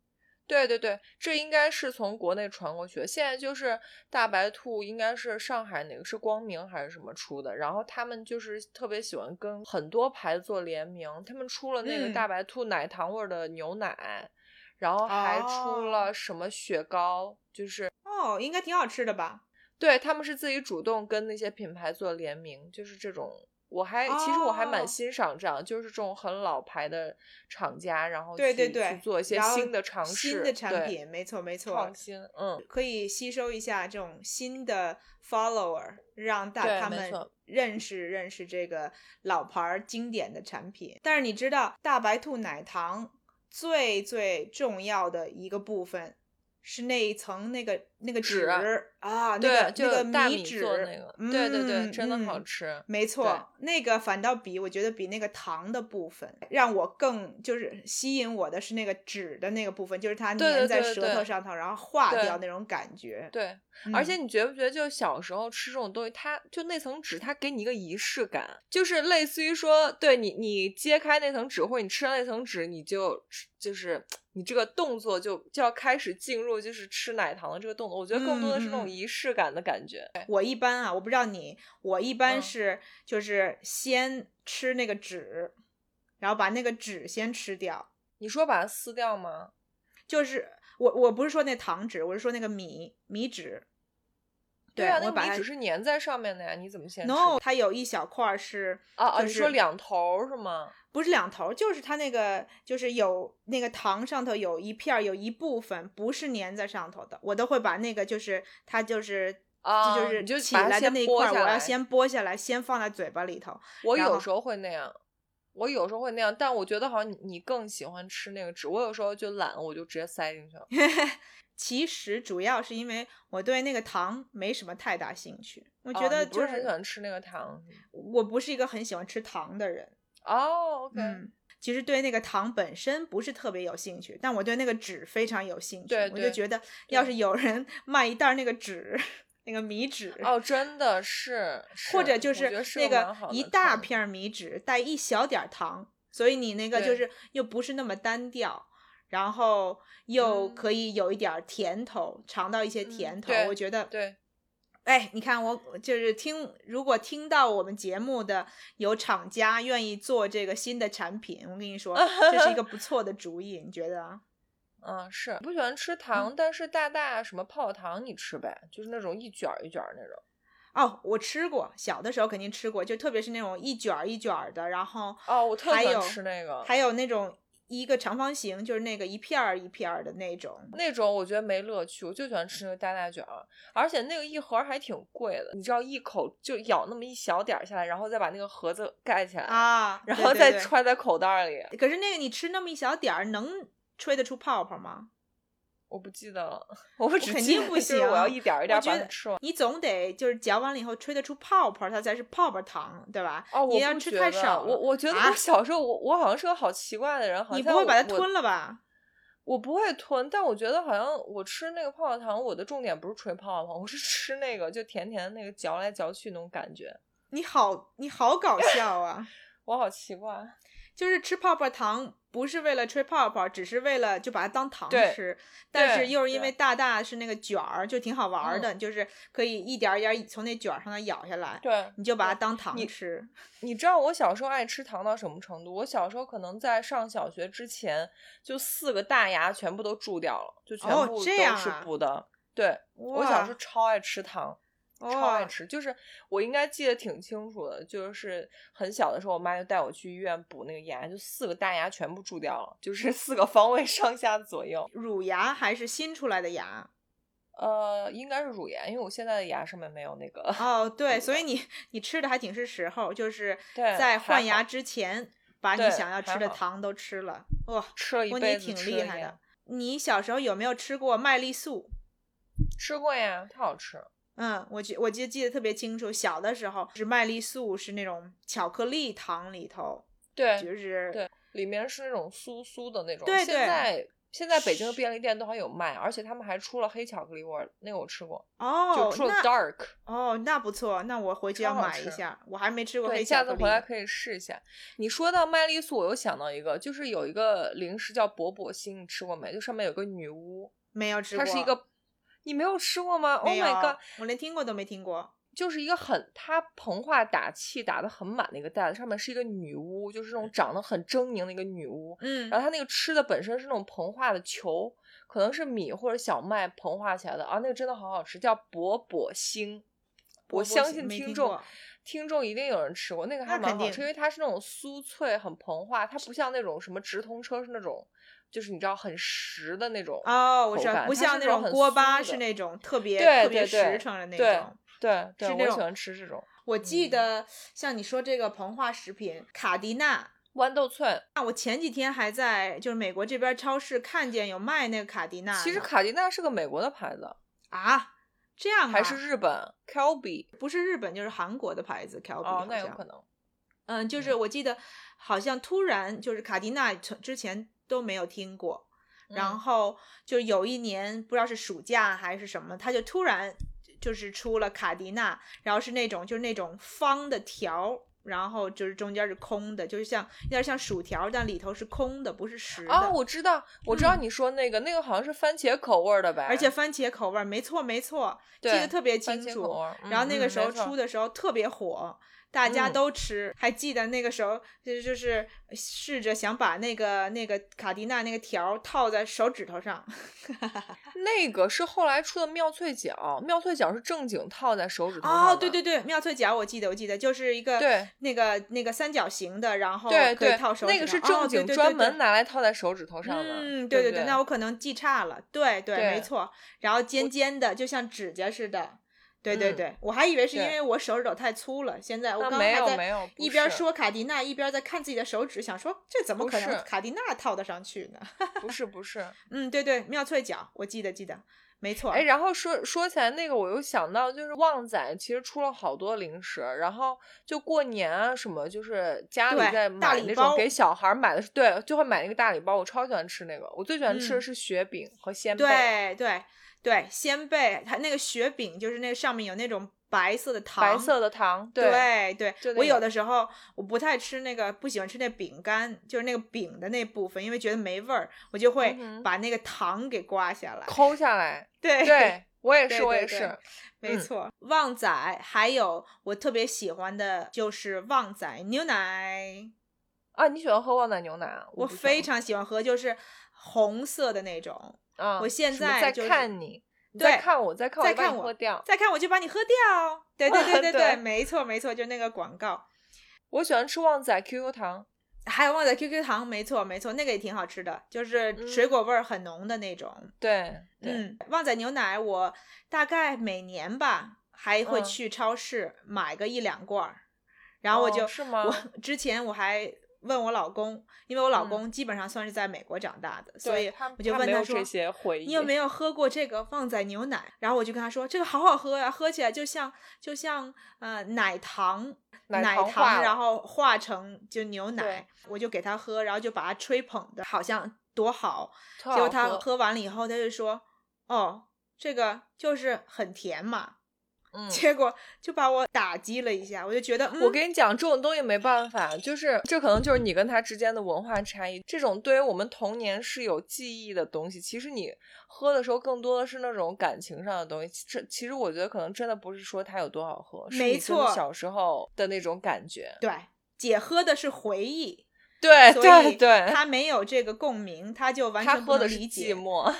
对对对，这应该是从国内传过去的。现在就是大白兔，应该是上海哪个是光明还是什么出的，然后他们就是特别喜欢跟很多牌子做联名，他们出了那
嗯
个大白兔奶糖味儿的牛奶，然后还出
哦
了什么雪糕。
哦，应该挺好吃的吧？
对他们是自己主动跟那些品牌做联名，就是这种。我还其实我还蛮
哦
欣赏这样，就是这种很老牌的厂家，然后
对对
去
对
去，做一些
然后
新的尝试、
新的产
对
品，没错没错
创，新，嗯，
可以吸收一下这种新的 follower，让大
对
他
没
们
错
认识认识这个老牌儿经典的产品。但是你知道，大白兔奶糖最最重要的一个部分是那一层那个那个
纸
啊，那
对
个，
就
那
大
个
米
纸，
做那个，对对对，
嗯
真的
嗯
好吃。
没
对
错，那个反倒比我觉得比那个糖的部分让我更就是吸引我的是那个纸的那个部分，就是它
对对
粘在
对
舌
对
头上头，然后化
对
掉那种感觉。
对，而
嗯
且你觉不觉得，就小时候吃这种东西，它就那层纸，它给你一个仪式感，就是类似于说，对你，你揭开那层纸，或者你吃了那层纸，你就就是你这个动作就就要开始进入就是吃奶糖的这个动作。我觉得更多的是那
嗯嗯
种
嗯
仪式感的感觉。
我一般啊，我不知道你，我一般
嗯
是就是先吃那个纸，然后把那个纸先吃掉，
你说把它撕掉吗？
就是我我不是说那糖纸，我是说那个米米纸。对
啊，
我
那
把
个
它
米纸是粘在上面的呀，你怎么先吃
no，它有一小块儿是
啊啊！
就
你
是
说两头儿是吗？
不是两头儿，就是它那个，就是有那个糖上头有一片儿，有一部分不是粘在上头的，我都会把那个就是它就是
啊
这
你
就
就是
起
把它
来的
先
那一
剥
块儿，
下
我要
来
先剥下来，先放在嘴巴里头。
我
然
有
后
时候会那样，我有时候会那样，但我觉得好像你你更喜欢吃那个纸。我有时候就懒，我就直接塞进去了。
其实主要是因为我对那个糖没什么太大兴趣，我
我
觉得
哦不
就是
很喜欢吃那个糖是吗
我不是一个很喜欢吃糖的人，
哦，OK、o k
嗯。其实对那个糖本身不是特别有兴趣，但我对那个纸非常有兴趣。
对
我就
对
觉得，要是有人 卖一袋儿那个纸，那个米纸，
哦，真的是，
或者
是
就
我觉得
是
是
那
蛮
个
好
一
的
大
创意
片儿米纸带一小点儿糖，所以你那个就
对
是又不是那么单调，然后又
嗯
可以有一点儿甜头，尝到一些甜头。
对
我觉得，
对，
哎，你看我我就是听，如果听到我们节目的有厂家愿意做这个新的产品，我跟你说，这是一个不错的主意，你觉得啊？
嗯，是不喜欢吃糖，但是大大什么泡糖你吃呗，就是那种一卷儿一卷儿那种。
哦，我吃过，小的时候肯定吃过，就特别是那种一卷儿一卷儿的，然后
哦，我特
还
喜
有
欢吃那个，
还有那种一个长方形，就是那个一片儿一片儿的那种。
那种我觉得没乐趣，我就喜欢吃那个大大卷儿，而且那个一盒儿还挺贵的，你知道一口就咬那么一小点儿下来，然后再把那个盒子盖起来，
啊，
然
对
后
对
再
对
揣在口袋儿里，
可是那个你吃那么一小点儿，能吹得出泡泡吗？
我不记得了， 我只
肯
记
定
得
不
就是
行啊
我要一点儿一点
我
儿
觉
把
得
它吃完。
你总得就是嚼完了以后吹得出泡泡，它才是泡泡糖，对吧？
哦，
你
我
要
不
吃
觉
太
得
少
我
了
我觉得
啊
我小时候我我好像是个好奇怪的人，好像
你不会把它
我
吞了吧？
我不会吞，但我觉得好像我吃那个泡泡糖，我的重点不是吹泡泡糖，我是吃那个就甜甜的那个嚼来嚼去那种感觉，
你好，你好 搞笑啊！
我好奇怪。
就是吃泡泡糖不是为了吹泡泡，只是为了就把它当糖
对
吃，但是
对
又是因
对嗯
为大大是那个卷儿，就挺好玩儿的，就是可以一点儿一点儿从那卷儿上头咬下来，
对，
你就把它当糖
你
吃。
你知道我小时候爱吃糖到什么程度？我小时候可能在上小学之前，就四个大牙全部都蛀掉了，就全
哦
部都
这样
是
啊
补的。对我小时候超爱吃糖，
哇
超爱吃，就是我应该记得挺清楚的，就是很小的时候，我妈就带我去医院补那个牙，就四个大牙全部蛀掉了，就是 四个方位上下左右。
乳牙还是新出来的牙？
呃，应该是乳牙，因为我现在的牙上面没有那个。
哦，对，
乳
所以
牙
你你吃的还挺是时候，就是
对
在
还
换牙
好
之前把你
对
想要
还
吃的
好
糖都吃了。哇、
吃了一
我
辈
哦你
子
挺
吃
厉
了
害
牙
的。你小时候有没有吃过麦丽素？
吃过呀，太好吃了。
嗯，我记我记记得特别清楚，小的时候是麦丽素是那种巧克力糖里头，
对，
就是
对，里面是那种酥酥的那种。
对
现
对
在现在北京的便利店都还有卖，而且他们还出了黑巧克力味儿，那个我吃过，
哦
就，出了
那
dark。
哦那不错，那我回去
超
要
好
买一
吃
下，我还没吃过
对，
黑
你下
巧
次
克
回来
力。
可以试一下。你说到麦丽素，我又想到一个，就是有一个零食叫博博心，你吃过没？就上面有个女巫，
没有吃
它
过，
是一个，你没有吃过吗？Oh
没有
my god！
我连听过都没听过。
就是一个很他膨化打气打得很满的一个袋子，上面是一个女巫，就是那种长得很狰狞的一个女巫。
嗯，
然后他那个吃的本身是那种膨化的球，可能是米或者小麦膨化起来的啊，那个真的好好吃，叫博博星。
我
我相信
没
听
听
众
过
听众一定有人吃过，那个还
那
蛮
肯
好吃，
定
因为它是那种酥脆、很膨化，它不像那种什么直通车是那种，就是你知道很实的那种。
哦，我
口
知道，
感
不
它
像那
是种
种
很
锅
酥
巴
的
是那种特别
对
特别
对对
实诚的那
对
种。
对对，
是
我
那
也
种
喜欢吃这种
我记
嗯
得像你说这个膨化食品卡迪娜，
豌豆脆。
那我前几天还在就是美国这边超市看见有卖那个卡迪娜呢。
其实卡迪娜是个美国的牌子，
啊，这样啊，
还是日本 Kelby
不是日本就是韩国的牌子 k e l b
哦，那有可能。
嗯，就是
嗯
我记得好像突然就是卡迪娜从之前都没有听过，然
嗯
后就有一年不知道是暑假还是什么，他就突然就是出了卡迪娜，然后是那种就是那种方的条，然后就是中间是空的，就是像有点像薯条，但里头是空的，不是实的。
啊，我知道，我知道你说那个，那个好像是番茄口味儿的吧？
而且番茄口味儿，没错没错，记得
对
特别
番
清嗯
茄
楚。
口味儿。嗯
然后那个时候出
的
的时候特别火，大家
嗯
都吃。还记得那个时候，就是就是试着想把那个那个卡迪娜那个条套在手指头上，
那个是后来出的妙脆角，妙脆角是正经套在手指头上
哦，
的。
对对对，妙脆角，我记得我记得，就是一个
对
那个那个三角形的，然后
对
哦可以
对，
套手指上，
那个是
哦
正
对
经
对对
专
对
门拿来套在手指头上的。
嗯，
对
对
不
对，那我可能记差了，对对，
对
没错。然后尖尖的，就像指甲似的，对对
嗯
对，我还以为是因
对
为我手指头太粗了，现在我
那
刚刚
没
还
有
在
没有不
一边
是
说卡迪娜，一边在看自己的手指，想说这怎么
不
可能
是
卡迪娜套得上去呢？
不是不是。
嗯，对对，妙脆角，我记得记得，没错。
哎，然后说说起来那个，我又想到就是旺仔其实出了好多零食，然后就过年啊什么，就是家里
对
在
大
买
礼
那种
包
给小孩买的，对，就会买那个大礼包，我超喜欢吃那个，我最喜欢吃的
嗯
是雪饼和鲜贝。
对对对，鲜贝，它那个雪饼就是那上面有那种白色的糖，
白色的糖，
对对
就那
我有
个
的时候我不太吃那个，不喜欢吃那饼干，就是那个饼的那部分，因为觉得没味儿，我就会
嗯哼
把那个糖给刮下来。
抠下来，
对
对我也
对
是，我
对
也
对
是，
没
嗯
错。旺仔还有我特别喜欢的就是旺仔牛奶，
啊，你喜欢喝旺仔牛奶啊？
我
不喜
非
欢
常喜欢喝，就是红色的那种。
啊，
我现
什么
在
在
就是
看你，你
对
在看我，在看我，
在
把
看
你
我
喝掉。
再看我就把你喝掉。对对 对对
对
没错没错，就那个广告。
我喜欢吃旺仔 QQ 糖，
还有旺仔 QQ 糖，没错没错，那个也挺好吃的，就是
嗯
水果味儿很浓的那种。
对对，
嗯，旺仔牛奶我大概每年吧还会
嗯
去超市买个一两罐儿，然后我
哦
就、
是吗嗯
我 之前我还问我老公，因为我老公基本上算是在美国长大的，所
对
以
他
我就
他
问
没有
说
这些回忆，
你有没有喝过这个旺仔牛奶？然后我就跟他说，这个好好喝呀、喝起来就像就像呃奶糖，
奶
奶
糖化了
然后化成就牛奶
对，
我就给他喝，然后就把他吹捧的好像多好，
特
结果
好
他
喝
喝完了以后，他就说，哦，这个就是很甜嘛。
嗯，
结果就把我打击了一下，我就觉得，嗯、
我跟你讲，这种东西没办法，就是这可能就是你跟他之间的文化差异。这种对于我们童年是有记忆的东西，其实你喝的时候更多的是那种感情上的东西。这其实我觉得可能真的不是说它有多好喝，是
没
你真的
错
小时候的那种感觉。
对姐喝的是回忆，
对
所
哎对
以
对，
他没有这个共鸣，他就完
他
全不
喝
能
的是
理
寂
解。
寞。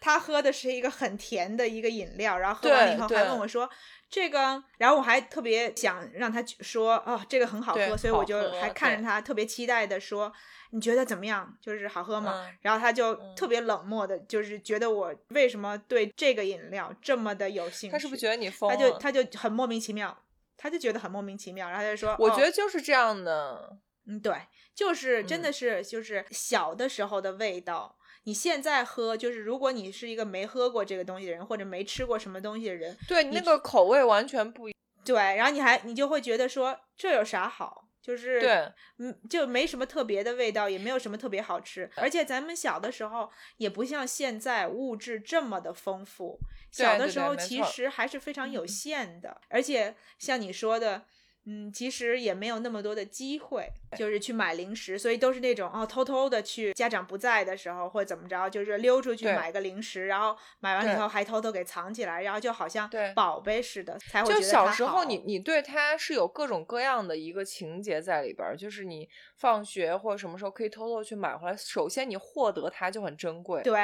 他喝的是一个很甜的一个饮料，然后喝完了以后
对
还
对
问我说这个，然后我还特别想让他说哦，这个很好喝，
对
所以我就
好喝
还看着他特别期待的说你觉得怎么样？就是好喝吗？
嗯
然后他就
嗯
特别冷漠的，就是觉得我为什么对这个饮料这么的有兴趣？
他是不是觉得你疯
他
了？
就他就很莫名其妙，他就觉得很莫名其妙，然后他就说，
我
哦
觉得就是这样的。
嗯，对，就是真
嗯
的是就是小的时候的味道。你现在喝，就是如果你是一个没喝过这个东西的人，或者没吃过什么东西的人，
对，那个口味完全不一
对，然后你还你就会觉得说这有啥好，就是
对，
嗯，就没什么特别的味道，也没有什么特别好吃。而且咱们小的时候也不像现在物质这么的丰富，
对
小的
对
时
对
候
没
其
错
实还是非常有
嗯
限的。而且像你说的，嗯，其实也没有那么多的机会，就是去买零食，所以都是那种哦，偷偷的去家长不在的时候或怎么着，就是溜出去
对
买个零食，然后买完了以
对
后还偷偷给藏起来，然后就好像
对
宝贝似的，才会觉
就
得
小
它
时候
好
你，你对他是有各种各样的一个情节在里边儿，就是你放学或者什么时候可以偷偷去买回来。首先，你获得它就很珍贵，
对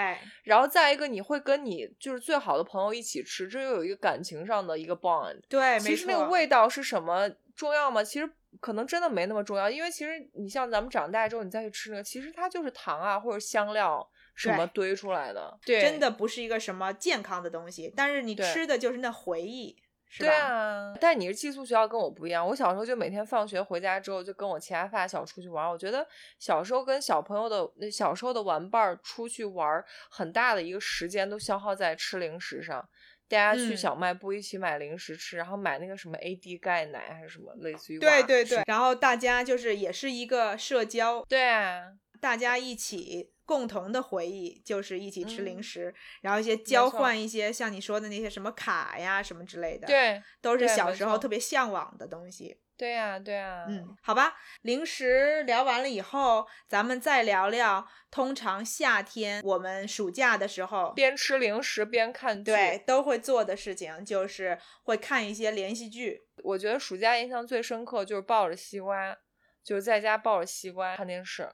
然后再一个，你会跟你就是最好的朋友一起吃，这又有一个感情上的一个 bond。
对，
其
哎没
实那个
错
味道是什么重要吗？其实可能真的没那么重要，因为其实你像咱们长大之后，你再去吃那个，其实它就是糖啊或者香料什么堆出来的。对，
真的不是一个什么健康的东西，但是你
对
吃的就是那回忆，是吧？
对啊，但你是寄宿学校，跟我不一样。我小时候就每天放学回家之后，就跟我其他发小出去玩儿。我觉得小时候跟小朋友的那小时候的玩伴儿出去玩儿，很大的一个时间都消耗在吃零食上。大家去
嗯
小卖部一起买零食吃，然后买那个什么 AD 钙奶还是什么，类似于娃
对
儿
对
是
对，然后大家就是也是一个社交，
对啊，
大家一起共同的回忆，就是一起吃零
嗯
食，然后一些交
错
换一些像你说的那些什么卡呀什么之类的，，
对
都是
对
小
没
时候
错
特别向往的东西。
对啊，对啊，
嗯，好吧，零食聊完了以后，咱们再聊聊，通常夏天我们暑假的时候。
边吃零食边看剧。
对，都会做的事情就是会看一些连续剧。
我觉得暑假印象最深刻就是抱着西瓜，就是在家抱着西瓜看电视。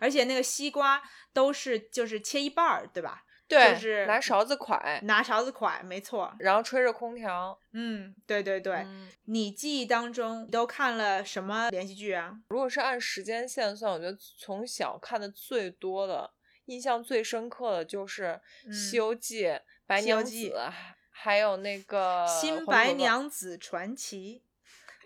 而且那个西瓜都是就是切一半儿，对嗯吧？
对，
是
拿勺子蒯，
拿勺子㧟，没错。
然后吹着空调。
嗯，对对对，
嗯
你记忆当中你都看了什么连续剧啊？
如果是按时间线算，我觉得从小看的最多的、印象最深刻的就是
嗯
《西游记》白
西游
娘
记
子》，还有那个《
新
还
白
珠格格》
娘子传奇》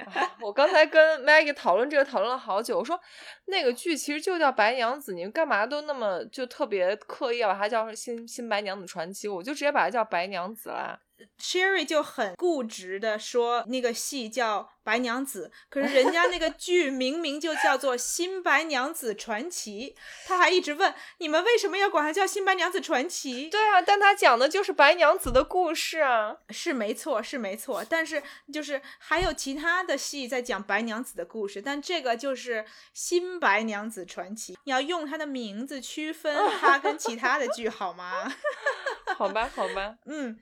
啊 我刚才跟 Maggie 讨论这个，讨论了好久。我说那个剧其实就叫《白娘子》，你们干嘛都那么就特别刻意要把它叫新《新白娘子传奇》？我就直接把它叫《白娘子》啦。
，Sherry 就很固执的说那个戏叫《白娘子》，可是人家那个剧明明就叫做《新白娘子传奇》，他还一直问你们为什么要管它叫《新白娘子传奇》？
对啊，但它讲的就是白娘子的故事啊。
是没错，是没错，但是就是还有其他的戏在讲白娘子的故事，但这个就是《新白娘子传奇》，你要用它的名字区分它跟其他的剧好吗？
好吧，好吧，
嗯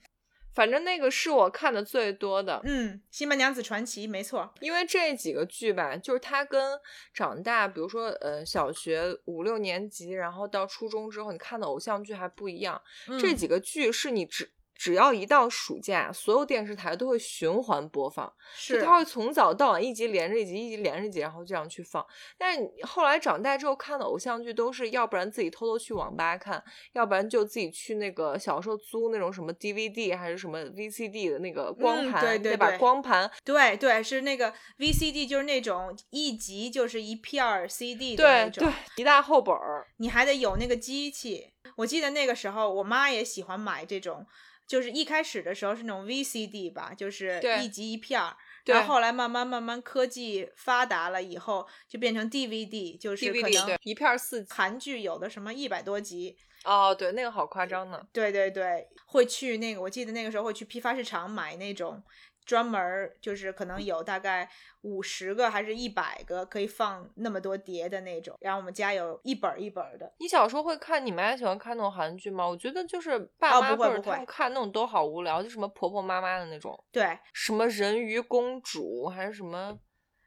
反正那个是我看的最多的。
嗯，《新白娘子传奇》没错，
因为这几个剧吧，就是它跟长大，比如说呃小学五六年级，然后到初中之后，你看的偶像剧还不一样。这
嗯
几个剧是你只只要一到暑假，所有电视台都会循环播放，就是它会从早到晚一集连着一集，一集连着一集，然后这样去放。但是你后来长大之后看的偶像剧，都是要不然自己偷偷去网吧看，要不然就自己去那个小时候租那种什么 DVD 还是什么 VCD 的那个光
嗯
盘，
对对
得把
对
光盘
对对，是那个 VCD，就是那种一集就是一片儿 CD 的那
对
种
对，一大厚本儿。
你还得有那个机器。我记得那个时候，我妈也喜欢买这种，就是一开始的时候是那种 VCD 吧，就是
对
一集一片儿。
对
然后后来慢慢慢慢科技发达了以后，就变成 DVD，就是可
DVD 对
能，
一片儿四集
韩剧有的什么一百多集，
哦，对，那个好夸张呢。
对对对，会去那个，我记得那个时候会去批发市场买那种专门儿，就是可能有大概五十个还是一百个可以放那么多碟的那种。然后我们家有一本儿一本儿的，
你小时候会看，你们还喜欢看那种韩剧吗？我觉得就是爸
哦
妈
不
辈
会
儿
不
他
会
们看那种都好无聊，就什么婆婆妈妈的那种，
对，
什么人鱼公主还是什么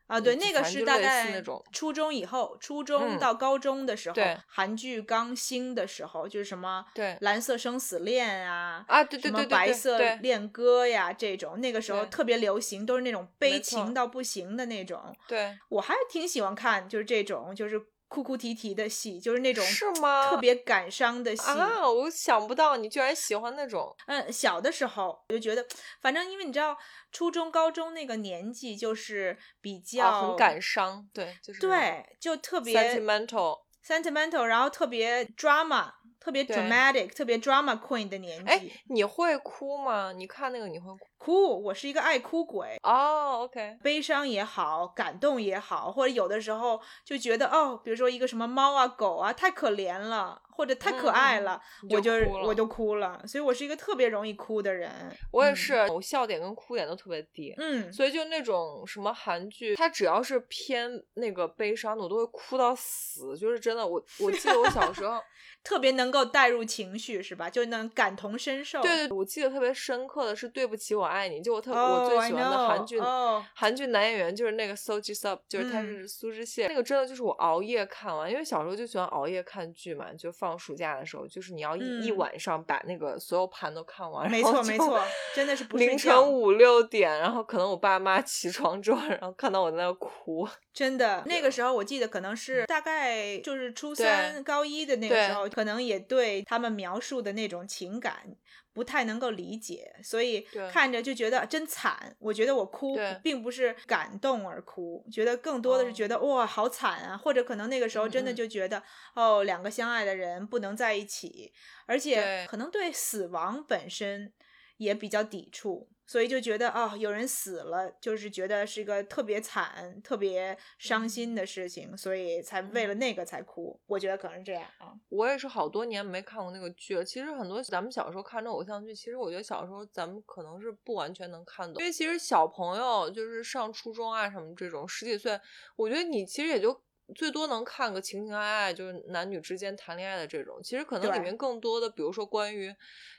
啊，对，
嗯
那个
反正
是
就
大
类似
概
那种
初中以后，初中
嗯
到高中的时候，
对
韩剧刚兴的时候，就是什么
对
蓝色生死恋啊，
啊，对
什
对
么
对对对
白色
对
恋歌呀这种，那个时候
对
特别流行，都是那种悲
没错
情到不行的那种。
对，
我还挺喜欢看，就是这种就是哭哭啼啼的戏，就是那种
是吗？
特别感伤的戏。
啊，我想不到你居然喜欢那种，
嗯，小的时候我就觉得，反正因为你知道，初中、高中那个年纪就是比较、
啊，很感伤，对，就是那
对，就特
种
别
sentimental。
sentimental，然后特别 drama，特别
对
dramatic，特别 drama queen 的年
哎
纪。，
你会哭吗？你看那个你会哭？
哭，我是一个爱哭鬼，
哦，OK，
悲伤也好，感动也好，或者有的时候就觉得哦，比如说一个什么猫啊、狗啊太可怜了，或者太可爱了，
嗯
我就
就哭了
我就嗯哭了。所以我是一个特别容易哭的人。
我也是，我笑点跟哭点都特别低。
嗯，嗯，
所以就那种什么韩剧，它只要是偏那个悲伤的，我都会哭到死。就是真的，我我记得我 小时候，
特别能够带入情绪是吧？就能感同身受。
对对，我记得特别深刻的是《对不起，我爱你》，就我特、
哦，
我最喜欢
I know，
的韩剧
哦，
韩剧男演员就是那个 So Ji Sup，就是
嗯
他是苏志燮，那个真的就是我熬夜看完，因为小时候就喜欢熬夜看剧嘛，就放暑假的时候，就是你要一、一
嗯
晚上把那个所有盘都看完，
没
然
错
后就
没错，真的是不睡
凌
觉
晨五六点，然后可能我爸妈起床之后，然后看到我在那哭，
真的，那个时候我记得可能是大概就是初三、高一的那个
嗯对
时候，可能也对他们描述的那种情感不太能够理解，所以
对
看着就觉得真惨。我觉得我哭
对哦
并不是感动而哭，觉得更多的是觉得、哇好惨啊，或者可能那个时候真的
嗯嗯
就觉得哦两个相爱的人不能在一起，而且
对
可能对死亡本身也比较抵触，所以就觉得啊、有人死了，就是觉得是一个特别惨、特别
嗯
伤心的事情，所以才为了那个才哭。我觉得可能是这样啊。
我也是好多年没看过那个剧了。其实很多咱们小时候看这偶像剧，其实我觉得小时候咱们可能是不完全能看懂，因为其实小朋友就是上初中啊什么这种十几岁，我觉得你其实也就最多能看个情情爱爱，就是男女之间谈恋爱的这种。其实可能
对
里面更多的，比如说关于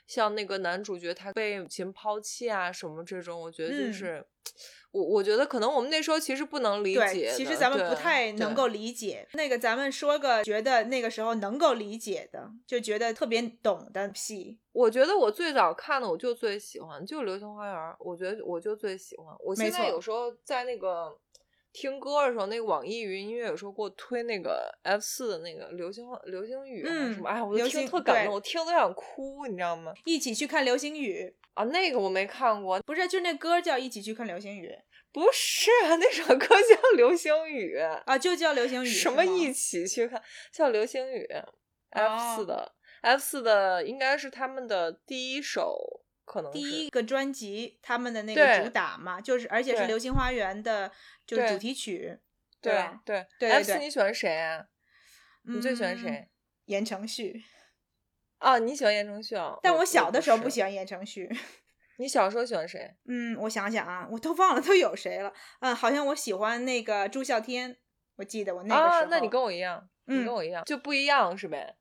像那个男主角他被母亲抛弃啊什么这种，我觉得就
嗯
是。我我觉得可能我们那时候其实不能理解
对，
的，
其实咱们
对
不太能
对
够理解那个，咱们说个觉得那个时候能够理解的，就觉得特别懂的戏。
我觉得我最早看的，我就最喜欢就《流星花园》，我觉得我就最喜欢。我现
没
在
错
有时候在那个听歌的时候，那个网易云音乐有时候给我推那个 F 四的那个流星花流星雨还是什么，
嗯
哎呀，我就
流
听
星
特感
对
动，我听都想哭，你知道吗？
一起去看流星雨，
啊，那个我没看过，
不是，就那歌叫《一起去看流星雨》
不是啊， 那首歌叫《流星雨》，
啊，就叫流星雨，哦
什么一
思？
起去看？叫《流星雨》F 四的 F 四的应该是他们的第一首，可能
第
是
一个专辑他们的那
对
个主打嘛，就是而且是
对
《流星花园》的，就是
对
主题曲，
对
吧？
对
对对
F 四
对
你喜欢谁啊？你最喜欢
嗯
谁？
言承旭，
啊，你喜欢言承旭啊？
但我小的时候不
不
喜
是。
欢言承旭。
你小时候喜欢谁？
嗯，我想想啊，我都忘了都有谁了。嗯，好像我喜欢那个朱孝天，我记得我那个时候。
啊，那你跟我一样，你跟
嗯
我一样，就不一样是呗？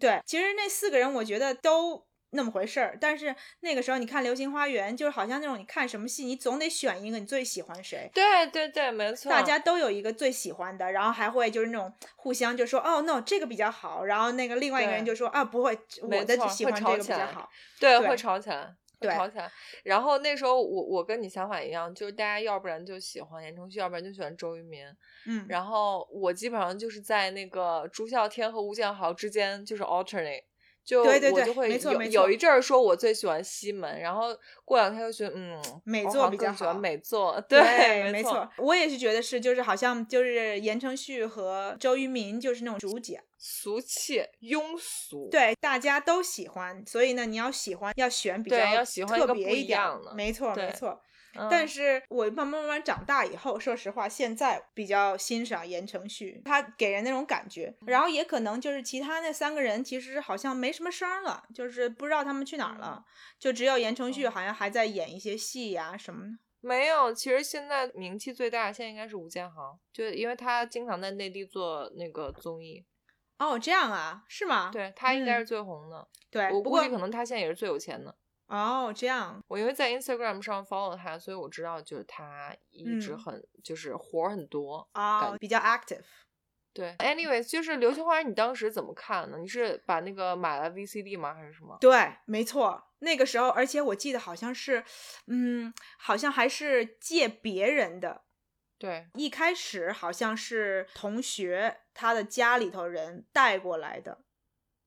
对，其实那四个人我觉得都那么回事儿，但是那个时候你看《流星花园》，就是好像那种你看什么戏，你总得选一个你最喜欢谁。
对对对，没错。
大家都有一个最喜欢的，然后还会就是那种互相就说哦 no 这个比较好，然后那个另外一个人
对
就说啊不会，
没
我的
错
喜
会
欢这
吵
个比
起来
较好。
对
对
会吵起来。会
对
吵起来，然后那时候我我跟你想法一样，就是大家要不然就喜欢言承旭，要不然就喜欢周渝民。
嗯，
然后我基本上就是在那个朱孝天和吴建豪之间就是 alternate，就
对对
我
对
就会
没错
有
没
有
错
一阵儿说我最喜欢西门，然后过两天又觉得嗯
美
我
作
好像
比较
更喜欢
好
美作，
对，
没
没错，我也是觉得是，就是好像就是言承旭和周渝民就是那种主角，
俗气庸俗，
对，大家都喜欢，所以呢，你要喜欢要选比较
对要喜欢一
特
个不
别
一
点
样的
没错没
对
错。
嗯，
但是我慢慢慢慢长大以后，说实话，现在比较欣赏言承旭，他给人那种感觉，然后也可能就是其他那三个人其实好像没什么声儿了，就是不知道他们去哪儿了，就只有言承旭
嗯
好像还在演一些戏呀、什么的。
没有，其实现在名气最大，现在应该是吴建豪，就因为他经常在内地做那个综艺，
哦，这样啊，是吗？
对他应该
嗯
是最红的，
对，
我
不
估
过
计可能他现在也是最有钱的。
哦，这样，
我因为在 Instagram 上 follow 他，所以我知道就是他一直
嗯
很、就是活儿很多。
哦，比较 active。
对，anyways，就是《流星花园》，你当时怎么看呢？你是把那个买了 VCD 吗？还是什么？
对，没错，那个时候，而且我记得好像是，嗯，好像还是借别人的。
对，
一开始好像是同学他的家里头人带过来的，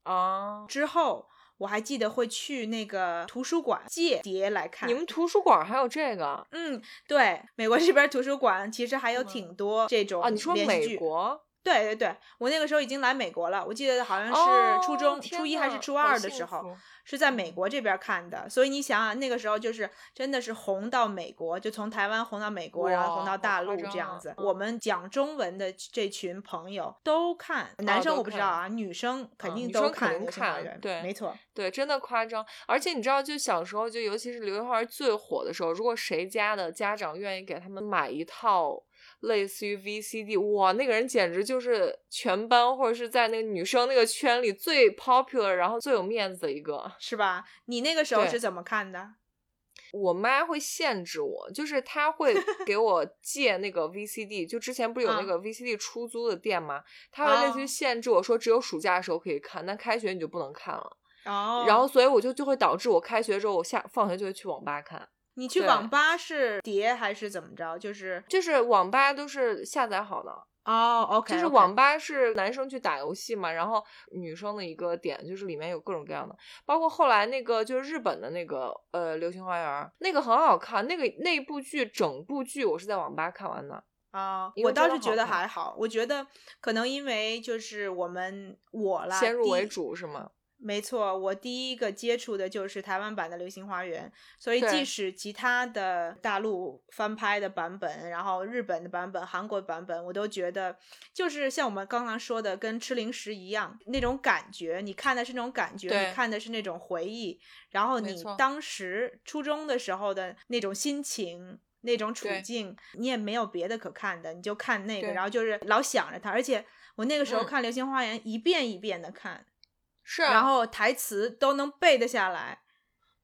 啊，
之后我还记得会去那个图书馆借碟来看。
你们图书馆还有这个啊？
嗯，对，美国这边图书馆其实还有
嗯
挺多这种
你说
连续
美
剧
国？
对对对，我那个时候已经来美国了，我记得好像是初中、
哦
初一还是
天
初
哪
二
好
的时
幸
候，
福
是在美国这边看的，所以你想啊想那个时候就是真的是红到美国，就从台湾红到美国，
哇
然后红到大
好
陆
夸张啊
这样子。
嗯
我们讲中文的这群朋友都看，
哦
男生我不知道啊，女生肯
嗯
定
女
都
生
看
肯
《
定
流星花
看
园》，
对
没错，
对，真的夸张。而且你知道，就小时候，就尤其是《流星花园》最火的时候，如果谁家的家长愿意给他们买一套类似于 VCD，哇，那个人简直就是全班或者是在那个女生那个圈里最 popular，然后最有面子的一个。
是吧？你那个时候
对
是怎么看的？
我妈会限制我，就是她 会给我借那个 VCD，就之前不是有那
啊
个 VCD 出租的店吗？她会类似于
哦
限制我说，只有暑假的时候可以看，但开学你就不能看了。
哦，
然后所以我就就会导致我开学之后，我下放学就会去网吧看，
你去
对
网吧是碟还是怎么着？就是
就是网吧都是下载好的，
哦，OK，
就是
网
网吧是男生去打游戏嘛，然后女生的一个点就是里面有各种各样的，包括后来那个就是日本的那个呃《流星花园》，那个很好看，那个那部剧整部剧我是在网吧看完的，
啊、
哦因
我
为
倒
真
是
的
觉
好
得
看
还好，我觉得可能因为就是我们我啦，
先入
第
为
一
主是吗？
没错，我第一个接触的就是台湾版的《流星花园》，所以
对
即使其他的大陆翻拍的版本，然后日本的版本、韩国版本，我都觉得就是像我们刚刚说的，跟吃零食一样那种感觉。你看的是那种感觉，
对
你看的是那种回忆，然后
没
你
错
当时初中的时候的那种心情。那种处
对
境，你也没有别的可看的，你就看那个，
对
然后就是老想着它。而且我那个时候
嗯
看《流星花园》，一遍一遍的看，
是啊，
然后台词都能背得下来。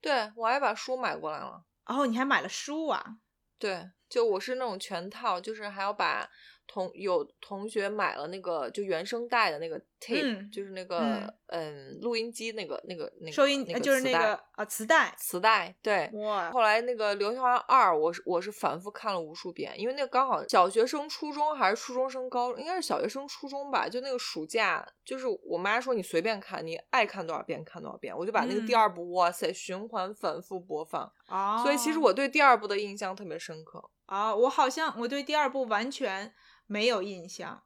对我还把书买过来了，
然后你还买了书啊？
对，就我是那种全套，就是还要把同有同学买了那个就原声带的那个 tape，、
嗯
就是那个嗯录音机那个那个那个
收音、
那个
就是
磁
那
带
个啊磁带。
磁带，对。
哇，
后来那个《流星花园二》，我是我是反复看了无数遍，因为那个刚好小学升初中还是初中升高，应该是小学升初中吧。就那个暑假，就是我妈说你随便看，你爱看多少遍看多少遍，我就把那个第
嗯
二部，哇塞，循环反复播放。
哦，
所以其实我对第二部的印象特别深刻。
啊、我好像我对第二部完全没有印象。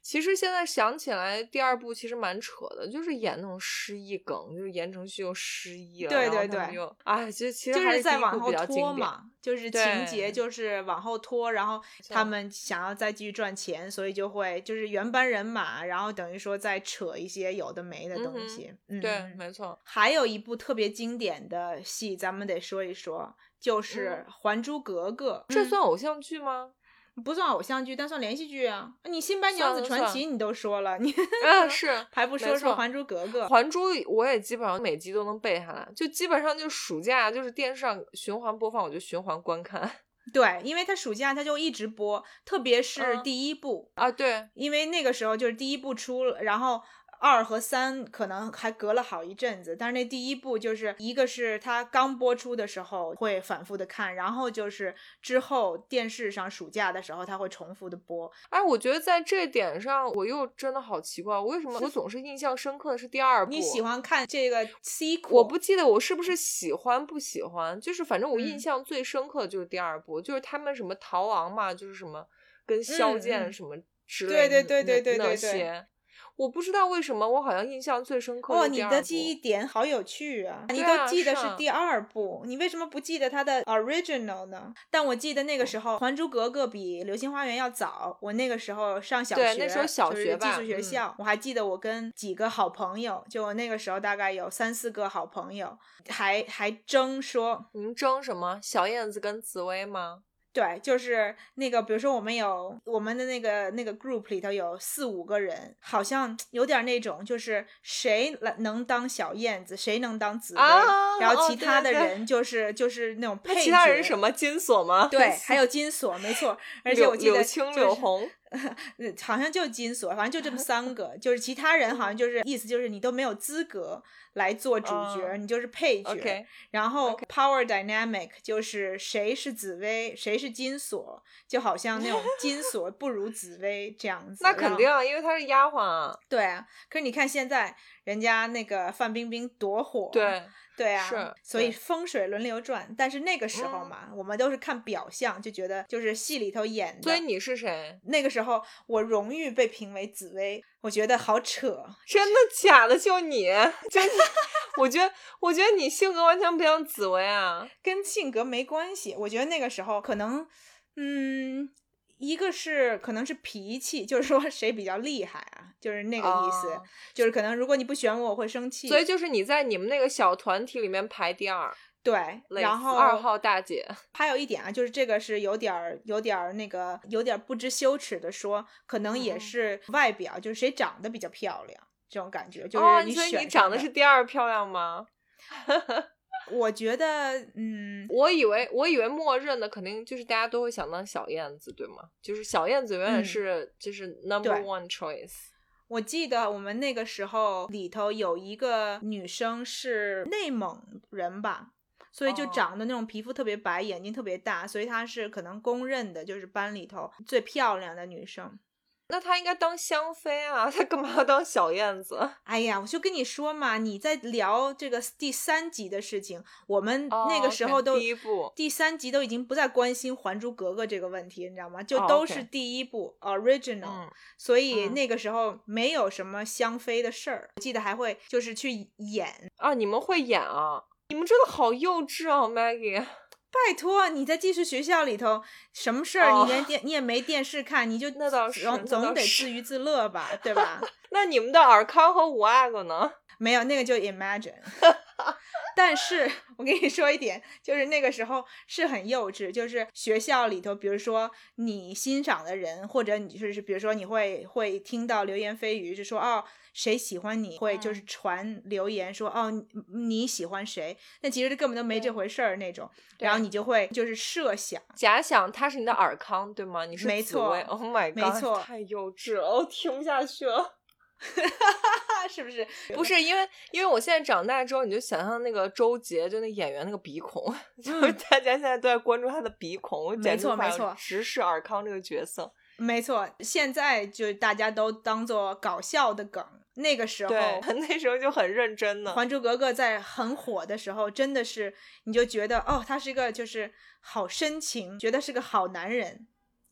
其实现在想起来，第二部其实蛮扯的，就是演那种失忆梗，就是言承旭又失忆了，
对
然后
对
他们
对
又哎，其实其实
就
还
是
是
在
第一
往
部
后
比较
拖
经典。
嘛，就是情节
对
就是往后拖，然后
错
他们想要再继续赚钱，所以就会就是原班人马，然后等于说再扯一些有的没的
嗯
东
哼
西。嗯，
对，没错，
还有一部特别经典的戏，咱们得说一说，
嗯
就是《还珠格格》。
这算偶像 剧吗？
不算偶像剧，但算连续剧啊！你《新白娘
算
子
了
传
算
奇》你都说了，你
嗯，是。
还不说
没
说
错
《还珠格格》
《还珠》我也基本上每集都能背下来，就基本上就暑假就是电视上循环播放，我就循环观看
对，因为它暑假它就一直播，特别是
嗯
第一部，
啊。对，
因为那个时候就是第一部出了，然后二和三可能还隔了好一阵子，但是那第一部就是一个是它刚播出的时候会反复的看，然后就是之后电视上暑假的时候它会重复的播，
哎，我觉得在这点上，我又真的好奇怪，为什么我总是印象深刻的是第二部？
你喜欢看这个 sequel？
我不记得我是不是喜欢不喜欢，就是反正我印
嗯
象最深刻的就是第二部，就是他们什么逃亡嘛，就是什么跟萧
嗯
剑
嗯
什么之
对
类的那，
对对对对
那
对对
那些，我不知道为什么我好像印象最深刻
哦，
是
你
第二
的
部
记忆点好有趣啊！你
对
都
啊
记得
是
是
啊
第二部，你为什么不记得它的 original 呢？但我记得那个时候，《还珠格格》比《流星花园》要早。我那个时候上小学，
对那时候小
就是
学
寄
吧
宿学
嗯
校，我还记得我跟几个好朋友，就我那个时候大概有三四个好朋友，还还争说
你们争什么？小燕子跟紫薇吗？
对，就是那个，比如说我们有我们的那个那个 group 里头有四五个人，好像有点那种，就是谁来能当小燕子，谁能当紫薇，
啊
然后
哦
其
对
他的
对对
人就是、就是那种
那
配
其他
角
人什？么金锁吗？
对，还有金锁，没错，而且
柳
我记得、就
柳
是、
青、柳红，
呃，好像就金锁，反正就这么 三个，就是其他人好像就是意思就是你都没有资格来做主角，
嗯
你就是配角。
OK
然后 power dynamic 就是谁是紫薇，谁是金锁，就好像 那种金锁不如紫薇这样子。
那
然
肯
后
定啊，因为她是丫鬟啊。
对啊。可是你看现在，人家那个范冰冰多火，
对，
对啊，
是
所以
对嗯
风水轮流转。但是那个时候嘛，我们都是看表象，就觉得就是戏里头演的。
所以你是谁？
那个时候，我荣誉被评为紫薇，我觉得好扯。
真的假的？就你，就你，我觉得，我觉得你性格完全不像紫薇啊。
跟性格没关系。我觉得那个时候可能，嗯，一个是可能是脾气，就是说谁比较厉害啊，就是那个意思。
哦
就是可能如果你不选我，我会生气。
所以就是你在你们那个小团体里面排第二，
对，
类
然
似
后
二号大姐，
还有一点啊，就是这个是有点儿、有点儿那个、有点儿不知羞耻的说，可能也
嗯
是外表，就是谁长得比较漂亮这种感觉，就
哦，
是
你
你
所以
选
你长
上
得是第二漂亮吗？
我觉得，嗯，
我以为我以为默认的肯定就是大家都会想当小燕子，对吗？就是小燕子永远
嗯
是、就是 number
对
one choice。
我记得我们那个时候里头有一个女生是内蒙人吧，所以就
哦
长得那种皮肤特别白，眼睛特别大，所以她是可能公认的就是班里头最漂亮的女生。
那她应该当香妃啊，她干嘛要当小燕子？
哎呀，我就跟你说嘛，你在聊这个第三集的事情，我们
哦
那个时候
OK，
都、
第一部
第三集都已经不再关心《还珠格格》这个问题，你知道吗？就
哦
都
OK
是第一部、original，、
嗯，
所以
嗯
那个时候没有什么香妃的事儿。我记得还会就是去演。
啊，你们会演啊？你们真的好幼稚啊，Maggie！
拜托，你在寄宿学校里头，什么事儿
哦
你连电、你也没电视看，你就
那倒是
总
那
总
倒
得
是
自娱自乐吧，对吧？
那你们的尔康和五阿哥呢？
没有那个就 imagine。但是我跟你说一点，就是那个时候是很幼稚，就是学校里头，比如说你欣赏的人，或者你就是比如说你会会听到流言蜚语，就说哦谁喜欢你，会
嗯
就是传留言说哦你你喜欢谁，那其实根本都没这
对
回事儿那种，然后
对
你就会就是设想。
假想他是你的尔康，对吗？你是
没
紫
错
薇 Oh my god！
没错
太幼稚了，我听不下去了。
是不是？
不 是因为，因为我现在长大之后，你就想象那个周杰，就那演员那个鼻孔， 就是大家现在都在关注他的鼻孔，我简直
错
无法
嗯没错
直视尔康这个角色。
没错，现在就大家都当做搞笑的梗。那个时候，
对，
《
那时候就很认真呢。
还珠格格》在很火的时候，真的是你就觉得哦，他是一个就是好深情，觉得是个好男人，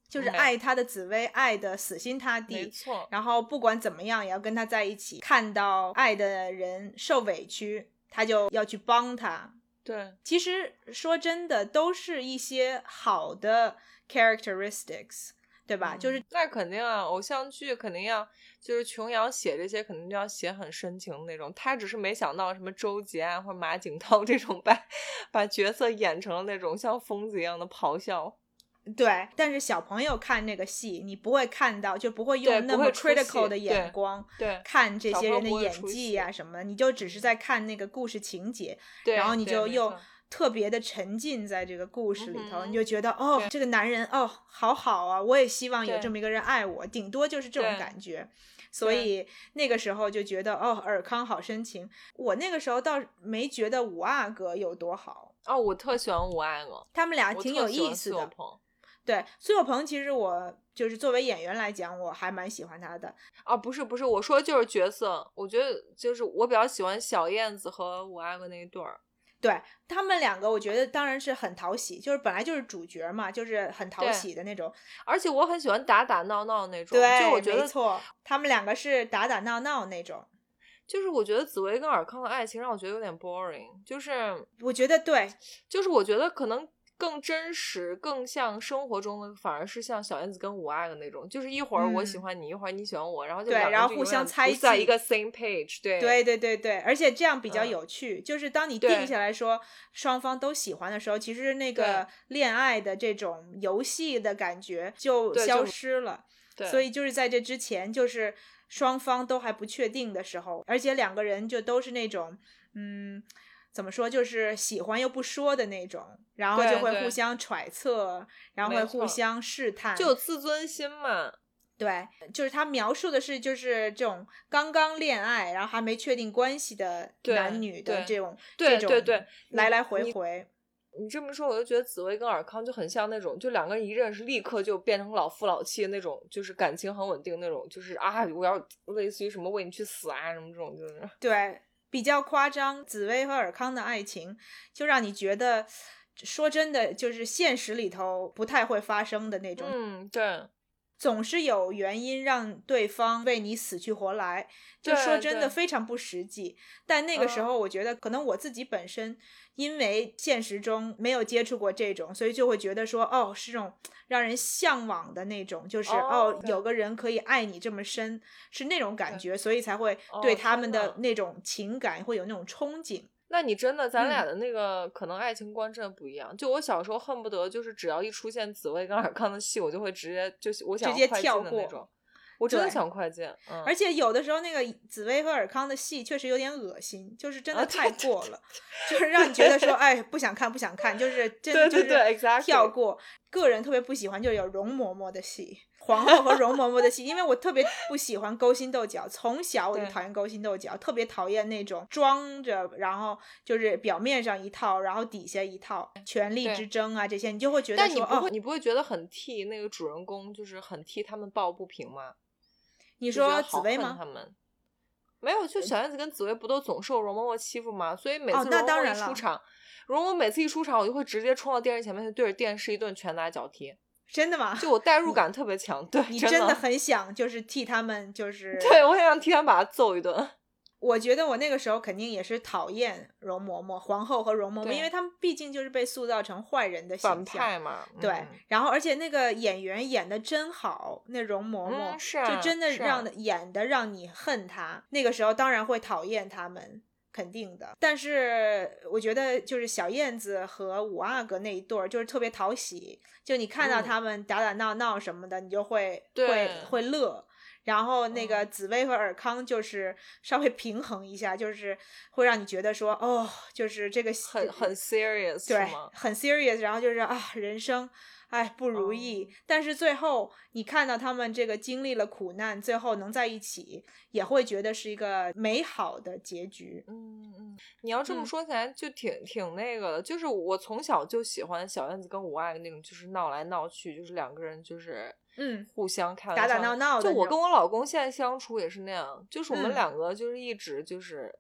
就是
没
爱他的紫薇，爱的死心塌
没
地。
错，
然后不管怎么样，也要跟他在一起。看到爱的人受委屈，他就要去帮他。
对，
其实说真的，都是一些好的 characteristics，对吧？就是
是嗯那肯定啊，偶像剧肯定要，就是琼瑶写这些，肯定就要写很深情的那种。她只是没想到什么周杰啊或者马景涛这种把把角色演成了那种像疯子一样的咆哮。
对，但是小朋友看那个戏，你不会看到，就不会
对
用
不
那
会
么
出戏
critical 的眼
对
光
对
看这
小
些
朋友
人的
不会
演
出
技
戏
呀、什么，你就只是在看那个故事情节，
对，
然后你
对
就
没
又
错
特别的沉浸在这个故事里头，
嗯哼
你就觉得哦，这个男人哦，好好啊，我也希望有
对
这么一个人爱我，顶多就是这种
对
感觉。所以那个时候就觉得哦，尔康好深情。我那个时候倒没觉得五阿哥有多好，
哦，我特喜欢五阿哥。
他们俩
我
啊挺
特
有
喜欢
意思
苏有
的。
朋
对，苏有朋其实我就是作为演员来讲，我还蛮喜欢他的。
啊，不是不是，我说就是角色，我觉得就是我比较喜欢小燕子和五阿哥那一对儿。
对他们两个，我觉得当然是很讨喜，就是本来就是主角嘛，就是很讨
对
喜的那种。
而且我很喜欢打打闹闹那种，
对，
就我觉
没
得，
错，他们两个是打打闹闹那种。
就是我觉得紫薇跟尔康的爱情让我觉得有点 boring，就是
我觉得对，
就是我觉得可能更真实，更像生活中的，反而是像小燕子跟五阿哥那种，就是一会儿我喜
嗯
欢你，一会儿你喜欢我，然后就
对
两个
然后
就
互
永远
相
不
猜
在
忌
一个 same page，对
对对对对，而且这样比较
嗯
有趣。就是当你
对
定下来说双方都喜欢的时候，其实那个恋爱的这种游戏的感觉就
对
消
就
失了。
对，
所以就是在这之前，就是双方都还不确定的时候，而且两个人就都是那种，嗯，怎么说，就是喜欢又不说的那种，然后
对
就会互
对
相揣测，然后会
没
互
错
相试探。
就有自尊心嘛，
对，就是他描述的是就是这种刚刚恋爱，然后还没确定关系的
对
男女的
对
这种
对
这种
对对
来
你
来回
你
回。
你这么说，我就觉得紫薇跟尔康就很像那种，就两个人一认识，立刻就变成老夫老妻的那种，就是感情很稳定那种，就是啊，我要类似于什么为你去死啊什么这种，就是
对，比较夸张。紫薇和尔康的爱情，就让你觉得，说真的，就是现实里头不太会发生的那种，
嗯，对，
总是有原因让对方为你死去活来。就
对
说真的，
对嗯
非常不实际。但那个时候，我觉得可能我自己本身因为现实中没有接触过这种，所以就会觉得说，哦，是这种让人向往的那种，就是
哦
哦，
对
有个人可以爱你这么深，是那种感
对
觉，所以才会
哦
对他们
天哪
的那种情感会有那种憧憬。
那你真的，咱俩
嗯
的那个、可能爱情观真的不一样。就我小时候恨不得就是只要一出现紫薇跟尔康的戏，我就会直接就是我想
直接
快
跳
进的那
过
种。我真的
对
想快进，嗯、
而且有的时候那个紫薇和尔康的戏确实有点恶心，就是真的
啊对
太
对
过
对
了，就是让你觉得说，哎，不想看，不想看，就是真
对
就
对对
是
，exactly
跳过。个人特别不喜欢就是有容嬷嬷的戏，皇后和容嬷嬷的戏，因为我特别不喜欢勾心斗角，从小我就
对
讨厌勾心斗角，特别讨厌那种装着，然后就是表面上一套，然后底下一套，权力
对
之争啊这些，你就会觉得
但你
说，
不
哦
会，，你不会觉得很替那个主人公，就是很替他们抱不平吗？
你
就觉
说
得
紫
好
薇
恨
吗
他？们没有，就小燕子跟紫薇不都总受容嬷嬷欺负吗？所以每次
哦
容
那当
嬷嬷
然
一
了
出场，容嬷嬷每次一出场，我就会直接冲到电视前面去，对着电视一顿拳打脚踢，
真的 吗？
就我代入感特别强。对，
你
真
真的很想就是替他们就是
对，我也想提前把他揍一顿。
我觉得我那个时候肯定也是讨厌容嬷嬷、皇后和容嬷嬷，
对
因为他们毕竟就是被塑造成坏人的
反
形象。
派嘛，
对，
嗯
然后而且那个演员演的真好，那容嬷嬷、
嗯是啊
哦就真的
是啊
让、演的让你恨她。那个时候当然会讨厌他们，肯定的。但是我觉得就是小燕子和五阿哥那一对儿就是特别讨喜，就你看到
嗯
他们打打闹闹什么的，你就会会
对
会乐。然后那个
嗯
紫薇和尔康就是稍微平衡一下，就是会让你觉得说，哦，就是这个戏
很很 serious
对
是吗？，
很 serious，然后就是啊，人生哎不如
哦
意，但是最后你看到他们这个经历了苦难，最后能在一起，也会觉得是一个美好的结局。
嗯嗯，你要这么
嗯
说起来，就挺挺那个的。就是我从小就喜欢小燕子跟五阿哥那种，就是闹来闹去，就是两个人就是
嗯
互相看
打打闹闹的
就
那
我
种
跟我老公现在相处也是那样，就是我们
嗯
两个就是一直就是、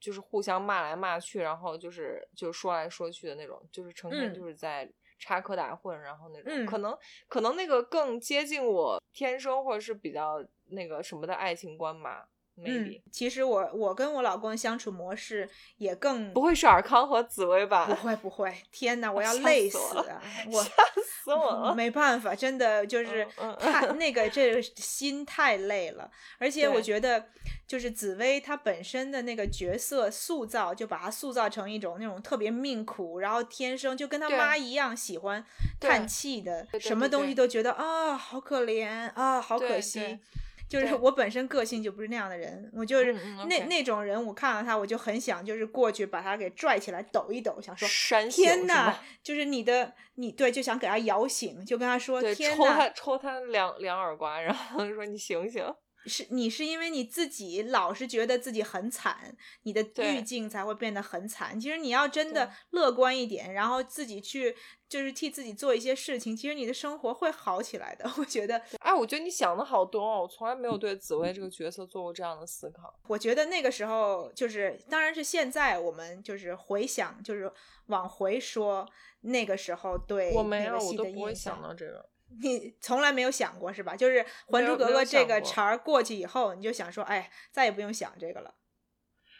就是互相骂来骂去，然后就是就说来说去的那种，就是成天
嗯
就是在插科打诨，然后那种、
嗯
可能可能那个更接近我天生或者是比较那个什么的爱情观吧
嗯
，maybe、，
其实我我跟我老公相处模式也更
不会是尔康和紫薇吧？
不会不会，天哪，我要
吓
累
死
死
我了
啊！我
吓死我 了！
没办法，真的就是
嗯嗯
太那个，这个心太累了。而且我
对
觉得，就是紫薇她本身的那个角色塑造，就把她塑造成一种那种特别命苦，然后天生就跟她
对
妈一样喜欢
对
叹气的，
对对
什么
对
东
对
西都觉得啊好可怜啊好
对
可
对
惜。就是
对
我本身个性就不是那样的人，我就是
嗯嗯
那
OK
那种人，我看到他我就很想就是过去把他给拽起来抖一抖，想说
山
天
呐
呐，，就是你的，你对，就想给他摇醒，就跟他说：“
对，
天
抽他
呐，
抽他两两耳刮，然后说你醒醒。
是你是因为你自己老是觉得自己很惨，你的
对
滤镜才会变得很惨。其实你要真的
对
乐观一点，然后自己去就是替自己做一些事情，其实你的生活会好起来的。 我觉得，
哎，我觉得你想的好多哦，我从来
嗯
没有对紫薇这个角色做过这样的思考。
我觉得那个时候就是，当然是现在我们就是回想，就是往回说那个时候对
我
那
没有，
个
我
戏
都
的
不会
印象
想。”到这个。
你从来没有想过是吧？就是《还
没
珠
有
格
没有
格》这
想
个
过
茬儿过去以后，你就想说，哎，再也不用想这个了。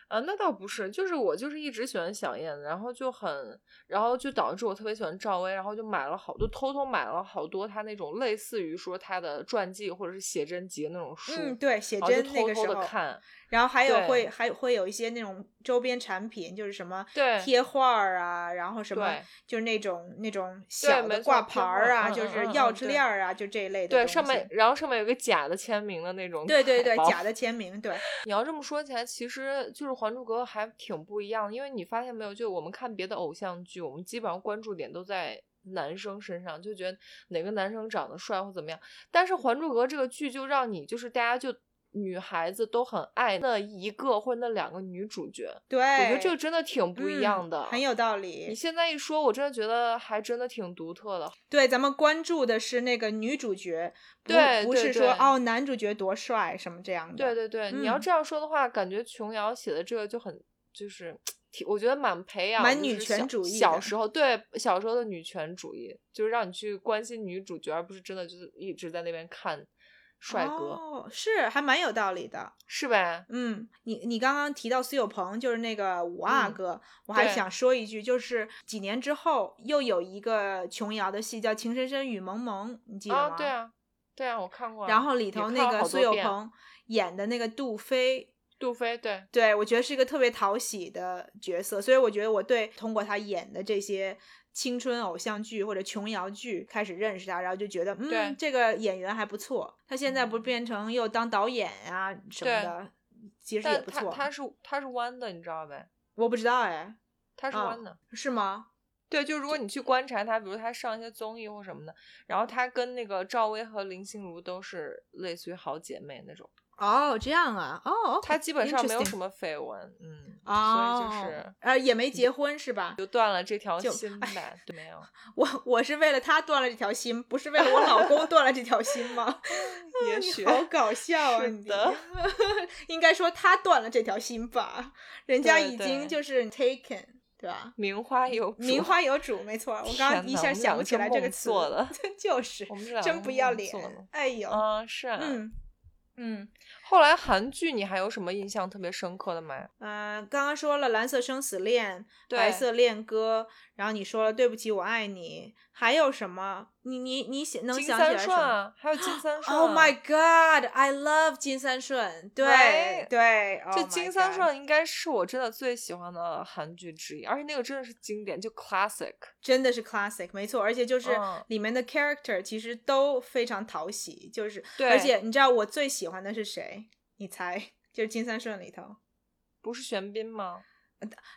啊，那倒不是，就是我就是一直喜欢小燕子，然后就很，然后就导致我特别喜欢赵薇，然后就买了好，就偷偷买了好多她那种类似于说她的传记或者是写真集那种书，
嗯，对，写
然后就
真那
偷
个
偷
时
的
候，
看。
然后还有
对
会还有会有一些那种周边产品，就是什么
对
贴画儿啊，然后什么
对
就是那种那种小
没
的
错
挂
贴
牌
画
儿啊，
嗯
就
嗯
是
嗯
钥
嗯
匙
对
链儿啊，就这一类的。
对，上面。然后上面有个假的签名的那种，
对对对，假的签名，对，
你要这么说起来，其实就是《还珠格格》还挺不一样的，因为你发现没有，就我们看别的偶像剧，我们基本上关注点都在男生身上，就觉得哪个男生长得帅或怎么样。但是《还珠格格》这个剧就让你就是大家就女孩子都很爱那一个或者那两个女主角，
对，
我
我
觉得这个真的挺不一样的。
很有道
你
理。
现在一说，我真的觉得还真的挺独特的。
对，咱们关注的是那个女主角，不
对
不
对
是
对
说哦男主角多帅什么这样的。
对对对，你要
嗯
这样说的话，感觉琼瑶写的这个就很就是挺，我觉得蛮培养
蛮
就是
女权
小
主义
小
的
时候对小时候的女权主义，就是让你去关心女主角，而不是真的就是一直在那边看帅哥，
哦，是还蛮有道理的。
是呗？
嗯，你你刚刚提到苏有朋，就是那个五阿
嗯
哥，我还
对
想说一句，就是几年之后又有一个琼瑶的戏叫《情深深雨蒙蒙》，你记得吗？
啊，对啊，对啊，我看过啊。
然后里
也
头
看
那
了
个
好
苏
多
有
遍
朋演的那个杜飞，
杜飞，对，
对我觉得是一个特别讨喜的角色，所以我觉得我对通过他演的这些青春偶像剧或者琼瑶剧开始认识他，然后就觉得
对
嗯，这个演员还不错。他现在不是
嗯
变成又当导演啊什么
对
的，其实也
但
不
他
错。
他是他是弯的，你知道呗？
我不知道哎，
他是
嗯
弯的。
是吗？
对，就如果你去观察他，比如他上一些综艺或什么的，然后他跟那个赵薇和林心如都是类似于好姐妹那种，
哦，这样啊，哦，
他基本上没有什
么。
么绯闻，嗯，
哦，
所以就是
呃，也没结婚是吧？
就哎断了这条
就
心呗，对没有？
我我是为了他断了这条心，不是为了我老公断了这条心吗？
也
你
许
好搞笑啊！
是
你
的，
应该说他断了这条心吧，人家
对
已
对
经就是 taken，对吧？
名花有主，
名花有主，没错。我刚刚
天
一
哪
下
我们
想不起来
两个真
这个
梦
词
做 了，
就是
我们这两
真
个
不要
梦做
脸
了，
哎呦，
嗯，是啊，
嗯嗯。
后来韩剧你还有什么印象特别深刻的吗？
呃，刚刚说了《蓝色生死恋》《
对
白色恋歌》，然后你说了《对不起，我爱你》，还有什么？你你你想能
金
想起
三
来什
顺
么？
啊，还有金三顺啊。
Oh my god! I love 金三顺，对
Right？
对，
就
oh my
金三
god
顺应该是我真的最喜欢的韩剧之一，而且那个真的是经典，就 classic。
真的是 classic，没错，而且就是
嗯
里面的 character 其实都非常讨喜，就是
对
而且你知道我最喜欢的是谁？你猜，就是金三顺里头。
不是玄彬吗？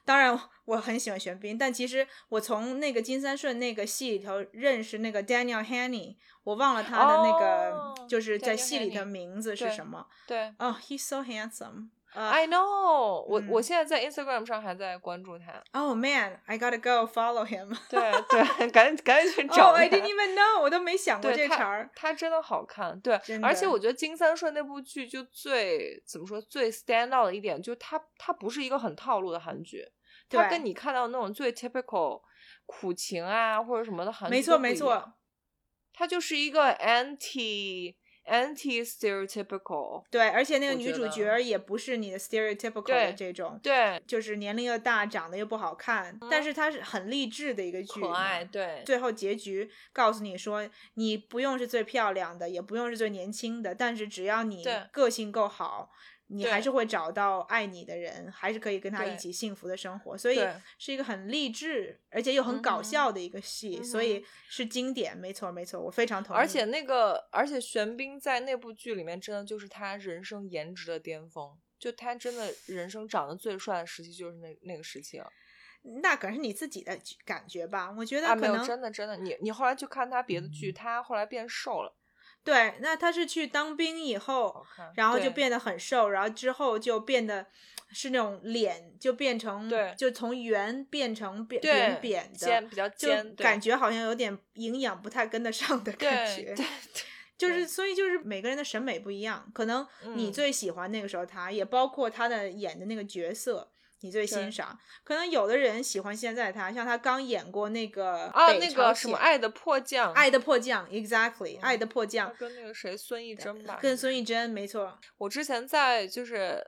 当然，我很喜欢玄彬，但其实我从那个金三顺那个戏里头认识那个 Daniel Henney，我忘了他的那个、
哦
就是在
Daniel
戏里的
Henney，
名字是
对哎
什么。
对、
哦、h e s so handsome。呃、
i know，我、
嗯
我现在在 Instagram 上还在关注他。
oh man，I gotta go follow him。
对对， 赶紧赶紧去找
Oh,
他。
I didn't even know，我都没想过
对
这
他
茬儿。
他真的好看，对
真，
而
的
且我觉得金三顺那部剧就最怎么说最 stand out 的一点，就它它不是一个很套路的韩剧，它
对
跟你看到那种最 typical 苦情啊或者什么的韩剧
没错
都不
没
一
错
样，它就是一个 anti anti stereotypical，
对，而且那个
我
女
觉
主
得
角儿也不是你的 stereotypical 的
对
这种，
对，
就是年龄又大，长得又不好看，但是它是很励志的一个剧
可爱，
嘛。
对
最后结局告诉你说，你不用是最漂亮的，也不用是最年轻的，但是只要你
对
个性够好，你还
对
是会找到爱你的人，还是可以跟他一
对
起幸福的生活。所以
对
是一个很励志，而且又很搞
嗯哼
笑的一个戏，所
嗯
以是经典，没错没错，我非常同意。
而且那个，而且玄彬在那部剧里面真的就是他人生颜值的巅峰，就他真的人生长得最帅的时期就是那那个时期了
那可是你自己的感觉吧？我觉得
啊！
可
没有，
能嗯
真的真的，你你后来去看他别的剧，他后来变瘦了，
对，那他是去当兵以
好
后，
看，
然后就
对
变得很瘦，然后之后就变得是那种脸就变成，
对
就从圆变成扁
对
圆扁的
尖，比较
就
尖，对
感觉好像有点营养不太跟得上的
对
感觉
对。对，
就是，
对
所以就是每个人的审美不一样，可能你
嗯
最喜欢那个时候他，也包括他的演的那个角色，你最欣
对
赏。可能有的人喜欢现在他，像他刚演过那个
啊，
北
那
朝
个什
鲜
么《爱的迫降》，
爱的迫降，exactly，
嗯
爱的迫
他
降，呃
跟那个谁孙艺珍吧，
跟孙艺珍，没错，
我之前在就是，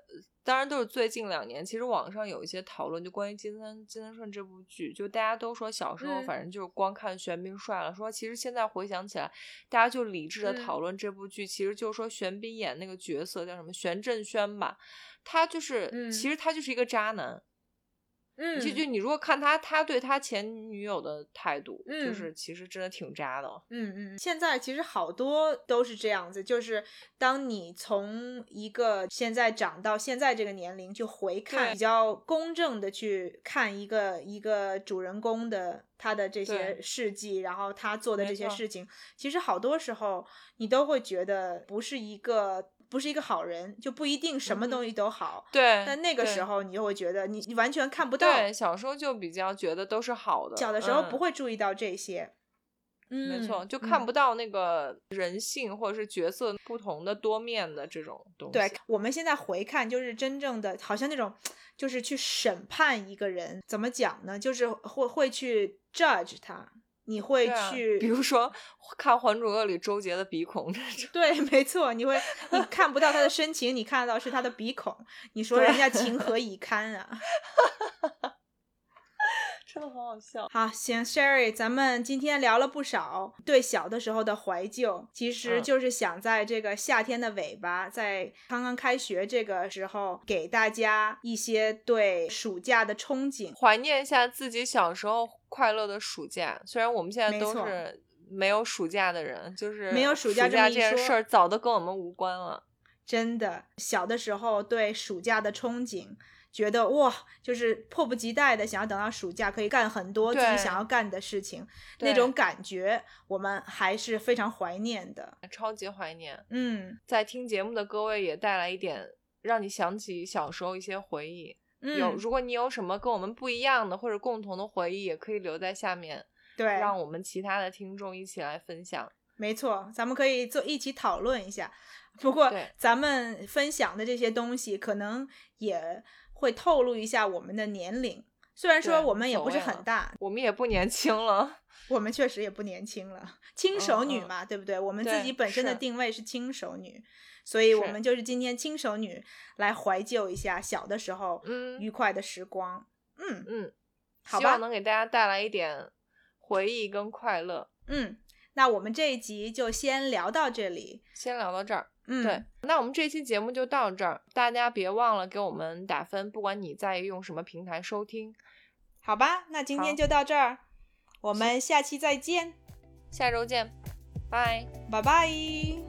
当然都是最近两年，其实网上有一些讨论，就关于金三金三顺这部剧，就大家都说小时候
嗯
反正就是光看玄彬帅了，说其实现在回想起来，大家就理智的
嗯
讨论这部剧，其实就是说玄彬演那个角色叫什么玄振轩吧，他就是、
嗯
其实他就是一个渣男，
嗯
就就你如果看他他对他前女友的态度，
嗯
就是其实真的挺渣的，
嗯嗯，现在其实好多都是这样子，就是当你从一个现在长到现在这个年龄去回看，
对
比较公正的去看一个一个主人公的他的这些
对
事迹，然后他做的
没
这些
错
事情，其实好多时候你都会觉得不是一个不是一个好人，就不一定什么东西都好。
嗯对，
但那个
对
时候你就会觉得你你完全看不到，
对小时候就比较觉得都是好的，
小的时候
嗯
不会注意到这些。嗯，
没错，就看
嗯
不到那个人性或者是角色不同的多面的这种东西。
对，我们现在回看，就是真正的，好像那种，就是去审判一个人，怎么讲呢？就是会会去 judge 他，你会
对啊
去，
比如说看《还珠格格》里周杰的鼻孔这种，
对， 没错，你会，你看不到他的深情，你看得到是他的鼻孔。你说
对
人家情何以堪啊！
真的很好笑。
好，行，Sherry，咱们今天聊了不少对小的时候的怀旧，其实
嗯
就是想在这个夏天的尾巴，在刚刚开学这个时候，给大家一些对暑假的憧憬。
怀念一下自己小时候快乐的暑假。虽然我们现在
没
都
错
是没有暑假的人，就是
没有暑
暑
假这么
这
一
件
说
事儿早都跟我们无关了。
真的，小的时候对暑假的憧憬，觉得哇，就是迫不及待的想要等到暑假，可以干很多自己
对
想要干的事情，
对
那种感觉我们还是非常怀念的。
超级怀念，
嗯
在听节目的各位也带来一点。让你想起小时候一些回忆，有
嗯，
如果你有什么跟我们不一样的或者共同的回忆，也可以留在下面，
对，
让我们其他的听众一起来分享。
没错，咱们可以做一起讨论一下。不过
对，
咱们分享的这些东西，可能也会透露一下我们的年龄。虽然说
对
我们
无
也
所
不是
谓
很
了
大，
我们也不年轻了，
我们确实也不年轻了，轻熟女嘛，对不对？我们自
嗯对
己本身的
是
定位是轻熟女，所以我
是
们就是今天轻熟女来怀旧一下小的时候
嗯
愉快的时光。嗯
嗯，
好
希
吧
望能给大家带来一点回忆跟快乐。
嗯，那我们这一集就先聊到这里。
先聊到这儿。
嗯，
对，那我们这期节目就到这儿，大家别忘了给我们打分，不管你在用什么平台收听，
好吧，那今天
好
就到这儿，我们下期再见，
下周见，拜。
拜拜。